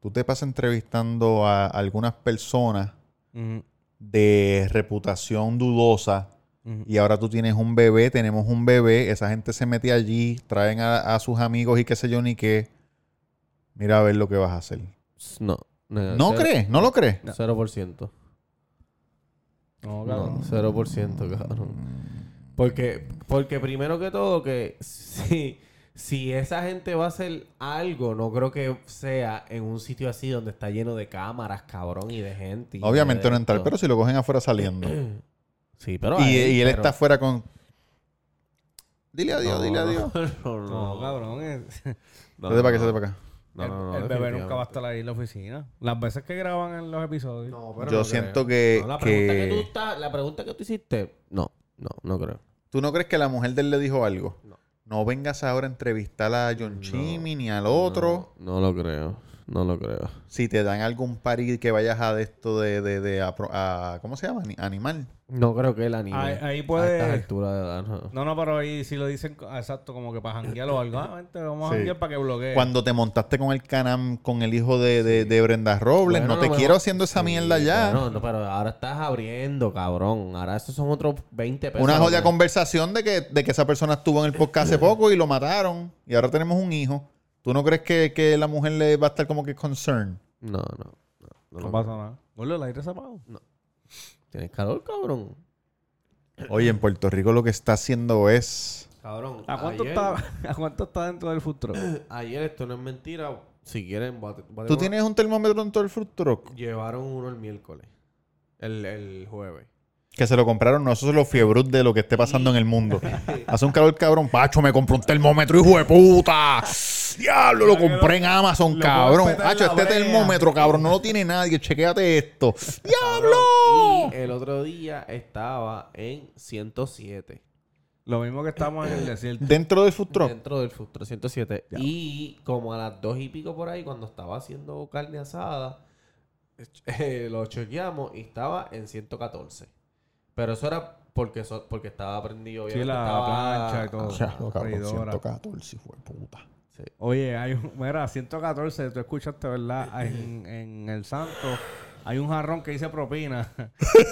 S2: Tú te pasas entrevistando a algunas personas
S1: Ujú.
S2: de reputación dudosa
S1: Ujú.
S2: y ahora tú tienes un bebé, tenemos un bebé, esa gente se mete allí, traen a, a sus amigos y qué sé yo ni qué. Mira a ver lo que vas a hacer.
S3: no
S2: ¿No crees? ¿No lo crees?
S3: 0%
S1: No,
S3: No,
S1: cabrón.
S3: 0%, cabrón. Porque, porque primero que todo, que si, si esa gente va a hacer algo, no creo que sea en un sitio así donde está lleno de cámaras, cabrón, y de gente. y
S2: Obviamente
S3: de
S2: no entrar,
S3: esto.
S2: pero si lo cogen afuera saliendo.
S3: Sí, pero...
S2: y,
S3: ahí,
S2: y él
S3: pero-
S2: está afuera con... Dile adiós,
S3: No,
S2: dile
S3: no,
S2: adiós.
S3: No, no,
S1: No, cabrón. es-
S3: no,
S2: Vete para acá, vete
S3: no.
S2: para acá.
S3: No, no, no,
S1: el bebé nunca va a
S3: definitivamente.
S1: estar ahí en la oficina. Las veces que graban en los episodios.
S3: No, pero
S2: yo
S3: no
S2: siento
S3: creo.
S2: que...
S3: No, la,
S2: que-
S3: pregunta que... tú estás- la pregunta que tú hiciste... No, no, no creo.
S2: ¿Tú no crees que la mujer de él le dijo algo?
S3: No.
S2: No, vengas ahora a entrevistar a John Chimmy ni al otro.
S3: No, no lo creo. No lo creo.
S2: Si te dan algún pari que vayas a de esto de, de, de a pro- a- ¿cómo se llama? Ani- Animal.
S3: No creo que él anime.
S1: Ahí- ahí
S3: A estas
S1: puede.
S3: alturas de edad, no.
S1: No, no, pero ahí si lo dicen co- exacto, como que para janguear o algo. Ah, vente, vamos a
S2: Sí.
S1: janguear para que
S3: Eh.
S1: bloquee.
S2: Cuando te montaste con el Canam, con el hijo de, de- de Brenda Robles,
S3: Bueno,
S2: no te
S3: no me
S2: quiero
S3: va-
S2: haciendo esa
S3: Sí,
S2: mierda ya.
S3: bueno, no, pero ahora estás abriendo, cabrón. Ahora esos son otros 20 pesos.
S2: Una jodida
S3: ¿no?
S2: conversación de que, de que esa persona estuvo en el podcast hace poco y lo mataron. Y ahora tenemos un hijo. ¿Tú no crees que, que la mujer le va a estar como que concerned?
S3: No, no. no, no
S1: No
S3: lo-
S1: pasa nada. Gordo, el aire se apagó.
S3: Tienes calor, cabrón.
S2: Oye, en Puerto Rico lo que está haciendo es...
S3: Cabrón.
S1: ¿A cuánto,
S3: ayer,
S1: está, ¿A cuánto está dentro del food truck?
S3: Ayer, esto no es mentira. Si quieren, bate- bate-
S2: ¿Tú tienes un termómetro en todo el fruit truck?
S3: Llevaron uno el miércoles. El, el jueves.
S2: Que se lo compraron, no, eso es lo fiebrut de lo que esté pasando en el mundo. Hace un calor cabrón, Pacho, me compré un termómetro, hijo de puta. Diablo, lo compré en Amazon, cabrón. Pacho, este termómetro, cabrón, no lo tiene nadie, chequéate esto.
S3: Cabrón,
S2: Diablo.
S3: Y el otro día estaba en 107.
S1: Lo mismo que estamos en el desierto.
S2: Dentro del food truck.
S3: Dentro del Food Truck 107. Y como a las dos y pico por ahí, cuando estaba haciendo carne asada, eh, lo chequeamos y estaba en 114. Pero eso era porque, eso- porque estaba prendido.
S1: Sí,
S3: obviamente
S1: la
S3: estaba-
S1: plancha y todo.
S2: Diablo,
S1: La
S2: cabrón,
S1: freidora.
S2: 114, hijo de puta.
S1: Oye, hay un, mira, 114, tú escuchaste, ¿verdad? En, en El Santo hay un jarrón que dice propina.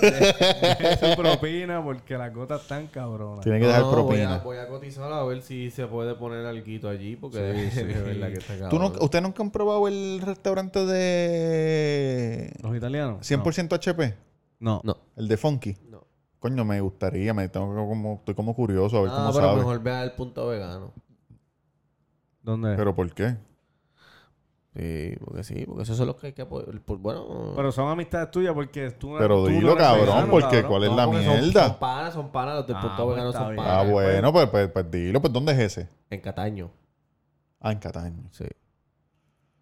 S1: Dice propina porque las gotas están cabronas.
S2: Tiene que dejar
S3: No, voy a-
S2: propina.
S3: Voy a, cotizar a ver si se puede poner alguito allí, porque es verdad que está
S2: ¿Tú no,
S3: cabrón.
S2: ¿Ustedes nunca han probado el restaurante de
S1: ¿Los italianos?
S2: 100% HP?
S1: No.
S3: No.
S2: El de Funky.
S3: No.
S2: Coño, me gustaría, me tengo que- como, estoy como curioso a ver
S3: Ah,
S2: cómo
S3: pero
S2: sabe.
S3: mejor vea el punto vegano.
S1: ¿Dónde? Pero,
S2: ¿Pero por qué?
S3: Sí, porque sí, porque esos son los que hay que apoyar. el pu- Bueno,
S1: son amistades tuyas porque tú no
S2: Pero
S1: tú no
S2: dilo,
S1: eres
S2: cabrón,
S1: vegano,
S2: porque
S1: cabrón.
S2: ¿cuál es
S3: no,
S2: la
S3: porque son-
S2: mierda?
S3: Son, panas, son panas, los del
S1: Ah,
S3: punto
S1: pues
S3: vegano
S1: está
S3: son
S1: bien.
S3: panas.
S2: Ah,
S1: pues-
S2: bueno, pues, pues, pues dilo, pues ¿dónde es ese?
S3: En Cataño,
S2: Ah, en Cataño.
S3: sí.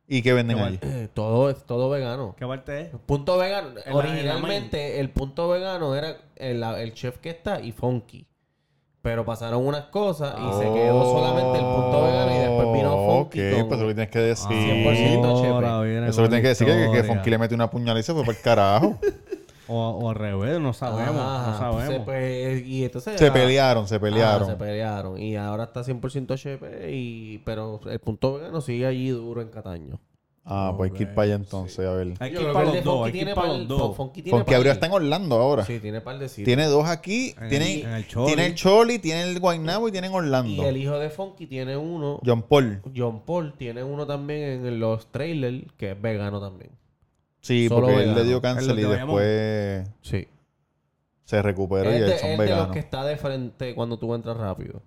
S2: ¿Y qué venden
S1: Qué
S2: allí?
S3: Eh, Todo es todo vegano.
S1: ¿Qué parte es?
S3: Punto vegano.
S1: la-
S3: Originalmente, el punto vegano era el, el chef que está y Funky. Pero pasaron unas cosas y se quedó solamente el punto vegano y después vino
S1: Oh,
S3: Funky.
S2: Ok,
S3: con- Ah,
S2: pues eso lo tienes que
S1: Ah,
S2: decir.
S3: 100%.
S1: Ahora viene
S2: Eso lo
S1: con
S2: tienes que decir que, que
S1: historia.
S2: Fonky le metió una puñalada y se fue para el carajo.
S1: O, o al revés, no sabemos.
S3: Ajá,
S1: no sabemos.
S3: entonces, pues, y entonces,
S2: se
S3: ah,
S2: pelearon, se
S3: Ah, se
S2: pelearon.
S3: pelearon. Y ahora está 100% HP. eh, Y, pero el punto vegano sigue allí duro en Cataño.
S2: Ah, pues hay que ir para allá entonces, a ver.
S1: hay que
S3: Yo
S1: ir
S3: creo
S1: para
S3: el de
S1: los dos.
S3: Funky
S1: Hay que
S3: tiene
S1: ir para
S3: pal-
S1: los dos.
S3: Funky tiene
S2: Fonky abrió
S3: pal-
S2: está en Orlando ahora.
S3: Sí, tiene par de sitios.
S2: Tiene dos aquí.
S1: En el-
S2: tiene,
S1: en el Choli.
S2: tiene el Choli, tiene el Guaynabo y tiene en
S3: Y
S2: Orlando.
S3: el hijo de Funky tiene uno.
S2: John Paul.
S3: John Paul tiene uno también en los trailers que es vegano también.
S2: Sí,
S3: Solo
S2: porque él le
S3: vegano.
S2: dio cáncer
S1: El de
S2: y
S1: Bayamón.
S2: después
S3: Sí.
S2: se recuperó y
S3: es de,
S2: él son
S3: es de los
S2: veganos.
S3: que está de frente cuando tú entras rápido.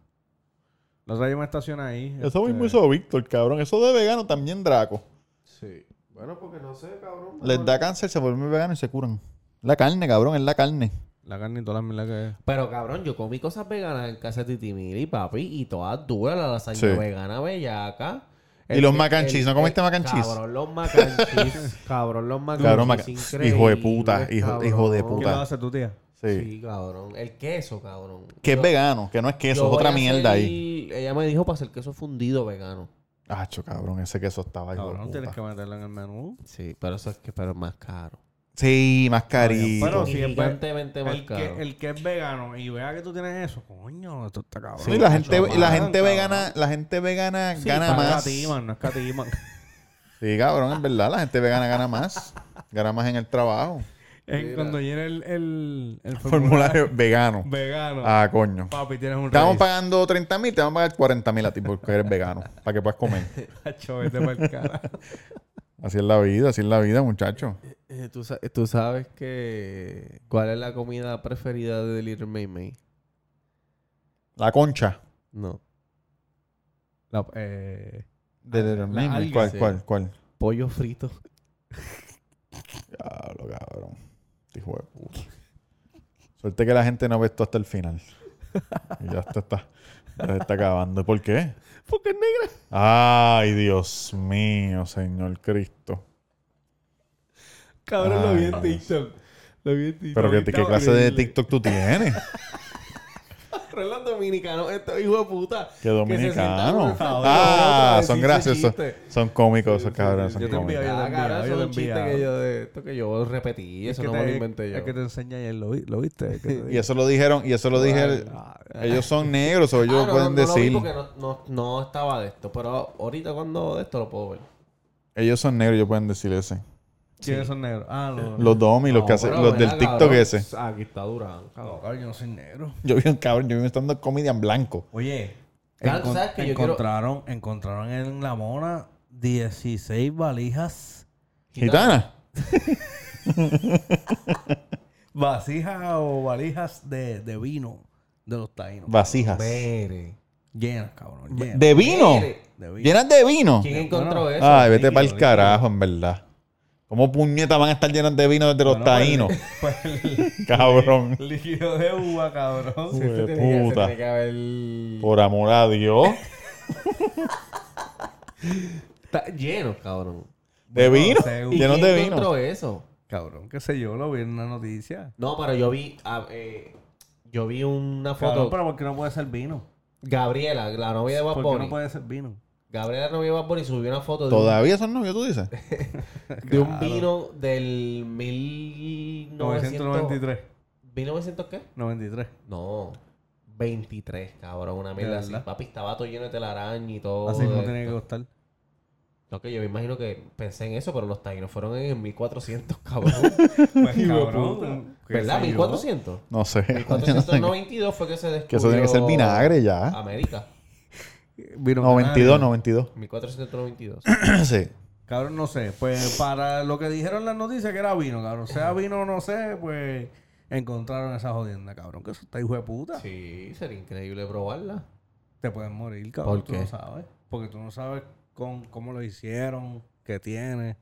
S1: La otra vez yo me estacioné ahí.
S2: Eso
S1: este,
S2: mismo hizo Víctor, cabrón. Eso de vegano también, Draco.
S3: Sí. Bueno, porque no sé, cabrón.
S2: Les da cáncer, se vuelven veganos y se curan. La carne, cabrón, es la carne.
S1: La carne y todas las mierdas que es.
S3: Pero cabrón, yo comí cosas veganas en casa de Titi Mili, papi, y todas duras, la lasaña
S2: Sí.
S3: vegana bellaca.
S2: ¿Y
S3: El-
S2: los mac and
S3: el-
S2: cheese? ¿No
S3: el-
S2: comiste mac and cheese?
S3: Cabrón, los mac and cheese. cabrón, los mac and
S2: Cabrón, mac-
S3: cheese.
S2: hijo de puta,
S3: increíbles,
S2: hijo- hijo de
S1: ¿Qué
S2: puta.
S1: le va a hacer tu tía?
S2: Sí.
S3: Sí, cabrón. El queso, cabrón.
S2: Que es
S3: Yo-
S2: vegano, que no es queso,
S3: yo
S2: es otra
S3: voy a
S2: mierda
S3: hacer-
S2: ahí.
S3: Ella me dijo para hacer queso fundido vegano.
S2: Hacho, cabrón, ese queso estaba hijo de
S1: Cabrón,
S2: puta.
S1: tienes que meterlo en el menú.
S3: Sí, pero eso es que pero es más caro.
S2: Sí, más
S1: Pero
S2: carito.
S1: si es ve-
S3: Gigantemente más
S1: el,
S3: caro.
S1: que, el que es vegano y vea que tú tienes eso, coño, esto está cabrón.
S2: Sí, la gente,
S1: Cabrón,
S2: la gente
S1: cabrón.
S2: vegana, la gente vegana
S1: Sí,
S2: gana
S1: no
S2: más.
S1: escatiman, no escatiman.
S2: Sí, cabrón, es verdad, la gente vegana gana más. Gana más en el trabajo.
S1: En cuando llena el, el, el formulario
S2: Formulario vegano.
S1: vegano,
S2: Ah, coño.
S1: papi, tienes un
S2: Estamos
S1: rey.
S2: pagando 30 mil, te vamos a pagar 40 mil a ti porque eres vegano, para que puedas comer.
S1: Chacho,
S3: este
S1: vete pa'l cara.
S2: Así es la vida, así es la vida, muchacho.
S3: Eh, ¿tú, sa- tú sabes que... ¿Cuál es la comida preferida de Little Maymay?
S2: La concha.
S3: No.
S1: La- eh,
S2: De,
S1: la alga,
S2: ¿Cuál,
S3: sí.
S2: cuál, cuál?
S3: Pollo frito.
S2: Diablo, cabrón. Este hijo de puta. Suerte que la gente no ve esto hasta el final. Y ya esto está, ya se está acabando. ¿Por qué?
S3: Porque es negra.
S2: Ay, Dios mío, Señor Cristo.
S3: Cabrón, lo vi en
S2: Ay,
S3: TikTok. Lo vi en TikTok.
S2: Pero ¿qué, qué clase de TikTok tú tienes?
S3: Relan dominicanos, estos hijos de puta.
S2: Que
S3: se sientan
S2: dominicano.
S3: con el
S2: Ah,
S3: favor,
S2: son
S3: sí,
S2: graciosos.
S3: chiste.
S2: Son cómicos esos cabrones.
S1: Yo
S2: Son
S1: te envío,
S2: cómicos.
S1: yo
S3: Ah,
S1: te envío,
S3: cara,
S1: yo
S3: eso
S1: te
S3: es un chiste
S1: envío.
S3: que yo de esto que yo repetí, eso
S1: que
S3: no
S1: te-
S3: me lo inventé yo.
S1: Es que te enseña ayer, lo, vi- lo viste. Es que te
S2: Y
S1: digo.
S2: eso lo dijeron, y eso lo dije. el- Ellos son negros, o
S3: eh. Ah,
S2: ellos
S3: no,
S2: pueden
S3: no, no lo vi
S2: decir.
S3: porque no, no, no estaba de esto, pero ahorita cuando de esto lo puedo ver.
S2: Ellos son negros, ellos pueden decir ese.
S1: ¿Quiénes son negros? Ah, los.
S2: Los domis, los que hacen,
S3: Pero,
S2: los del
S3: ¿verdad,
S2: TikTok
S3: cabrón? Ah,
S2: ese.
S3: Aquí está Durán.
S1: Cabrón, cabrón, yo no soy negro.
S2: Yo vi un cabrón, yo vi un stand-up comedy en blanco.
S1: Oye,
S3: Claro,
S1: encon-
S3: ¿sabes que yo quiero-
S1: encontraron, encontraron en la mona 16 valijas.
S2: Gitana.
S1: Vasijas o valijas de, de vino de los taínos.
S2: Vasijas.
S3: Mere.
S1: llenas, cabrón. Llenas.
S2: De vino.
S3: Mere.
S1: de vino.
S2: Llenas de vino.
S3: ¿Quién encontró eso?
S2: Ay, vete para el carajo, en verdad. ¿Cómo puñetas van a estar llenas de vino desde los taínos?
S1: Pues el
S2: Cabrón.
S1: líquido de uva, cabrón.
S2: Hue
S3: Tiene que- se
S2: puta.
S3: tiene que haber-
S2: Por amor a Dios.
S3: Está lleno, cabrón.
S2: De vino.
S1: seguro.
S3: ¿Y
S2: Llenos
S3: quién
S2: de vino.
S3: encontró eso?
S1: Cabrón, qué sé yo, lo vi en una noticia.
S3: No, pero yo vi... ah, eh, yo vi una
S1: Cabrón,
S3: foto...
S1: pero ¿por qué no puede ser vino?
S3: Gabriela, la novia de Bad
S1: ¿Por qué
S3: Bunny.
S1: no puede ser vino?
S3: Gabriela, la novia de Bad Bunny, subió una foto de un
S2: ¿Todavía son novios, tú dices?
S3: De un vino del 1993.
S1: 993.
S3: ¿1900 qué?
S1: 93.
S3: No. 23, cabrón, una mierda
S1: ¿De
S3: así.
S1: verdad?
S3: Papi, estaba todo lleno de telaraña y todo.
S1: Así como
S3: de
S1: tiene que
S3: esto.
S1: costar.
S3: No, que yo me imagino que pensé en eso, pero los taínos fueron en el 1400, cabrón.
S1: Pues qué
S3: ¿Verdad?
S1: sé yo.
S3: 1400.
S2: No sé. que
S3: 1492 fue que se descubrió...
S2: eso tiene que ser vinagre ¿ah?
S1: Ah,
S2: ya.
S3: América.
S1: Vino
S2: 92, 92.
S3: 1492.
S2: Sí.
S1: Cabrón, no sé. Pues para lo que dijeron las noticias que era vino, cabrón. Sea vino o no sé, pues encontraron esa jodienda, cabrón. Que eso está hijo de puta.
S3: sí, sería increíble probarla.
S1: Te pueden morir, cabrón.
S3: ¿Por
S1: Tú
S3: qué?
S1: no sabes. Porque tú no sabes con, cómo lo hicieron, qué tiene.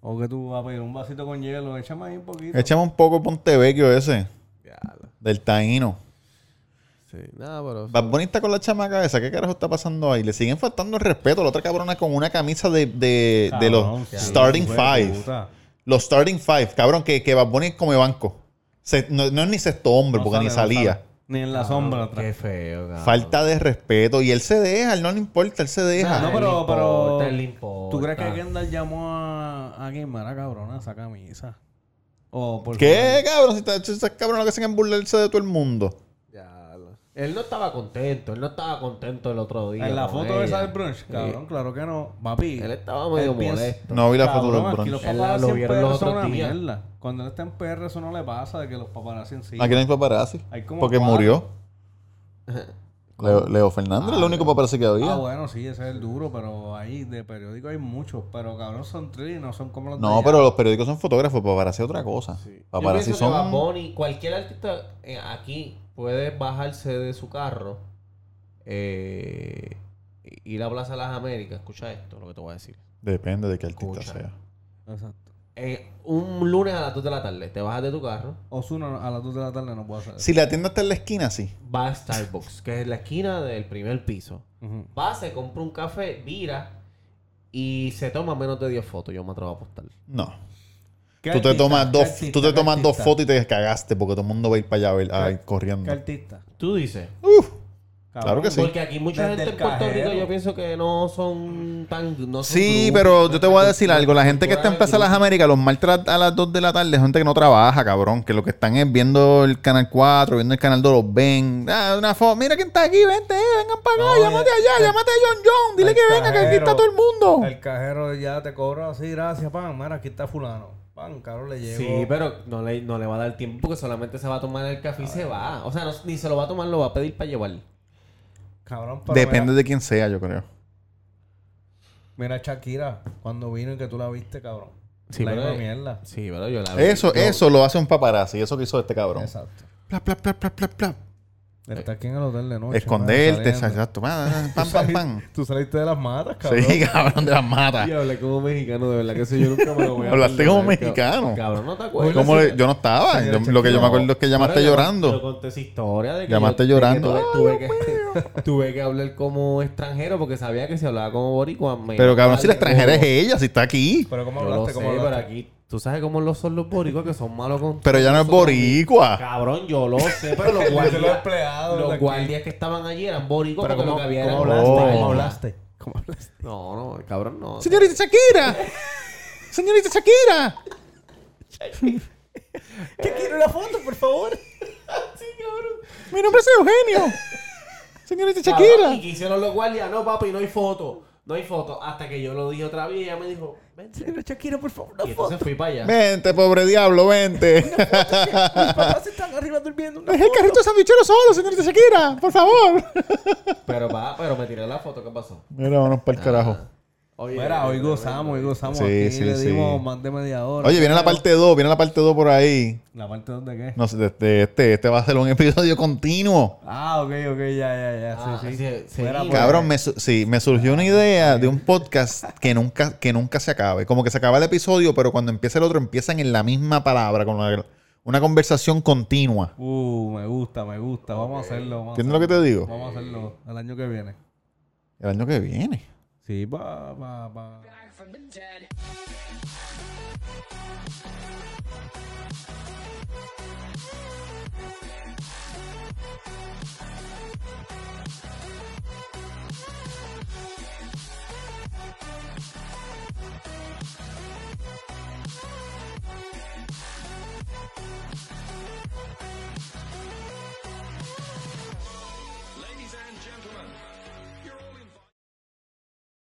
S1: O que tú vas a pedir un vasito con hielo. Échame ahí un poquito.
S2: Échame un poco Pontevecchio ese.
S3: Diablo.
S2: Del taíno.
S3: Sí, nada, pero...
S2: Bad Bunny está con la chamaca esa. ¿Qué carajo está pasando ahí? Le siguen faltando el respeto. La otra cabrona con una camisa de, de, de
S1: Cabrón,
S2: los
S1: sí,
S2: Starting
S1: hijo de
S2: Five.
S1: puta.
S2: Los Starting Five. Cabrón, que, que Bad Bunny come banco. Se- no, no es ni sexto hombre
S1: No
S2: porque ni
S1: sale, no
S2: salía.
S1: sale. Ni en la sombra atrás.
S3: Qué feo, cabrón.
S2: Falta de respeto. Y él se deja. Él no le importa. Él se deja.
S1: No,
S3: Ah,
S1: pero-
S3: le importa,
S1: pero-
S3: le importa.
S1: ¿Tú crees que Kendall llamó a, a Guimara, cabrón, a esa camisa? O por
S2: ¿Qué, cabrón? Si está hecho esas cabronas que se hacen burlarse de todo el mundo.
S3: Ya, lo- Él no estaba contento, él no estaba contento el otro día.
S1: En la
S3: con
S1: foto esa
S3: ella.
S1: del brunch, cabrón, claro que no. Papi.
S3: Eh, Él estaba medio
S1: él piensa-
S3: molesto.
S2: No vi la foto del
S1: Cabrón, aquí los
S2: bronce.
S3: Él la-
S1: paparazzi
S3: lo
S1: en
S3: vieron
S1: PR
S3: los
S1: son
S3: otros
S1: una
S3: días.
S1: mierda. Cuando él está en PR, eso no le pasa de que los paparazzi en sí.
S2: Aquí no hay paparazzi.
S1: Hay como
S2: Porque
S1: cuatro.
S2: murió. Leo, Leo Fernández es el único paparazzi que había.
S1: Ah, bueno, sí, ese es el duro, pero ahí de periódico hay muchos. Pero cabrón, son tres, no son como los de
S2: No,
S1: allá.
S2: pero los periódicos son fotógrafos, paparazzi es otra cosa.
S3: Yo
S2: Paparazzi
S3: pienso que Bad
S2: son.
S3: Bunny, cualquier artista eh, aquí puede bajarse de su carro, eh, ir a Plaza de las Américas. Escucha esto, lo que te voy a decir.
S2: Depende de qué artista
S3: Escucha.
S2: sea.
S1: Exacto.
S3: Eh, un lunes a las 2 de la tarde, te bajas de tu carro,
S1: Osuna a las 2 de la tarde no puede hacer. eso.
S2: Si la tienda está en la esquina, sí.
S3: va a Starbucks, que es la esquina del primer piso.
S1: Ujú.
S3: Va, se compra un café, vira y se toma menos de 10 fotos. Yo me atrevo a apostar.
S2: No.
S1: ¿Qué
S2: Tú te
S1: artista?
S2: tomas
S1: ¿Qué
S2: dos,
S1: artista?
S2: tú te
S1: ¿Qué
S2: tomas dos
S1: artista?
S2: fotos y te cagaste porque todo el mundo va a ir para allá a ver- a ir
S1: ¿Qué
S2: corriendo.
S1: artista?
S3: Tú dices.
S2: Claro que Oh, sí.
S3: Porque aquí mucha
S1: Desde
S3: gente
S1: el
S3: en Puerto
S1: cajero.
S3: Rico yo pienso que no son tan... No son
S2: Sí,
S3: grupos,
S2: pero
S3: no
S2: yo
S3: es
S2: te voy a
S3: tan
S2: decir algo. La gente que está en
S3: cultural,
S2: Plaza de las
S3: grupo.
S2: Américas, los martes a las 2 de la tarde, es gente que no trabaja, cabrón. Que lo que están es viendo el canal 4, viendo el canal 2, los ven. Ah, una foto. Mira quién está aquí, vente, eh, vengan para acá,
S1: No,
S2: llámate
S1: el-
S2: allá,
S1: el-
S2: llámate a John John. Dile
S1: el
S2: que venga, que aquí
S1: cajero.
S2: está todo el
S3: Oh.
S2: mundo.
S1: El cajero ya te cobró así, gracias, pan. Mira, aquí está fulano. Pan, cabrón, le llegó.
S3: Sí, pero no le, no le va a dar tiempo porque solamente se va a tomar el café y se va. O sea, no- ni se lo va a tomar, lo va a pedir para llevar.
S1: Cabrón, pero
S2: Depende de quién sea, yo creo.
S1: Mira, mira Shakira, cuando vino y que tú la viste, cabrón.
S3: Sí,
S1: la
S3: pero-
S1: misma mierda.
S3: Sí, pero yo la
S2: Eso, eso lo hace un paparazzi, eso que hizo este cabrón.
S1: Exacto.
S2: Pla, pla, pla, pla, pla, pla.
S1: Está aquí en el hotel de noche.
S2: Esconderte,
S1: madre, saliendo.
S2: exacto. Ah, ah, Pam, pam, pam.
S1: Tú saliste de las matas, cabrón.
S2: Sí, cabrón, de las matas.
S3: Y hablé como mexicano, de verdad que eso yo nunca me lo voy a
S2: Hablaste como
S3: perdonar, cab-
S2: mexicano.
S3: Cabrón, no te acuerdas.
S2: ¿Cómo le- yo no estaba. Yo- lo que yo me acuerdo es que llamaste
S3: Pero yo-
S2: llorando.
S3: Yo conté esa historia de que
S2: Llamaste
S3: yo- de que
S2: llorando.
S3: tuve- tuve que- tuve que hablar como extranjero porque sabía que si hablaba como boricua. me
S2: Pero
S3: iba
S2: cabrón,
S3: a
S2: si la
S3: hablar
S2: extranjera es
S3: como-
S2: ella, si está aquí.
S1: Pero ¿cómo
S3: Yo lo
S1: hablaste? ¿Cómo
S3: sé, pero
S1: hablaste?
S3: aquí... Tú sabes cómo lo son los boricuas que son malos con...
S2: Pero ella no es boricua.
S3: Cabrón, yo lo sé, pero los
S1: Los
S3: guardias...
S1: empleados de
S3: Los
S1: aquí.
S3: guardias que estaban allí eran boricuas
S5: Pero
S3: porque
S5: ¿cómo,
S3: lo que había
S5: cómo
S3: era-
S5: hablaste? ¿Cómo
S2: Oh.
S5: hablaste? ¿Cómo hablaste?
S3: No, no, cabrón, no.
S2: Señorita Shakira. Señorita Shakira.
S5: ¿Qué quiero una foto, por favor?
S2: Mi nombre es Eugenio. Señorita
S3: ¿Y
S2: Shakira.
S3: que hicieron los guardias? No, papi, no hay foto. No hay foto. Hasta que yo lo dije otra vez y ella me dijo, vente.
S5: Señora Shakira, por favor,
S3: Y
S5: una foto.
S3: entonces fui para allá.
S2: Vente, pobre diablo, vente.
S5: Mis papás están arriba durmiendo. una
S2: Dejé el carrito sandwichero solo, señorita Shakira. Por favor.
S3: Pero va, pero me tiré la foto, ¿qué pasó?
S2: Mira, vámonos para el carajo.
S3: Oye,
S1: Mira, hoy gozamos, hoy gozamos.
S2: Sí,
S1: aquí
S2: sí,
S1: le
S2: sí.
S1: dimos más de media hora.
S2: Oye, viene la parte 2, viene la parte 2 por ahí.
S1: ¿La parte dónde qué?
S2: No sé, de- de este, este va a ser un episodio continuo.
S1: Ah, ok, ok, ya, ya, ya.
S3: Ah,
S1: sí, sí.
S3: se-
S1: Fuera,
S3: seguimos.
S1: pues.
S2: Cabrón, me, su- sí, me surgió una idea de un podcast que nunca, que nunca se acabe. Como que se acaba el episodio, pero cuando empieza el otro empiezan en la misma palabra, con la- una conversación continua.
S1: Uh, me gusta, me gusta. Vamos a hacerlo. Vamos a
S2: ¿Entiendes lo que
S1: hacerlo.
S2: te digo?
S1: Vamos a hacerlo el año que viene.
S2: El año que viene.
S1: Sí, pa, pa, pa.
S4: Back from the dead.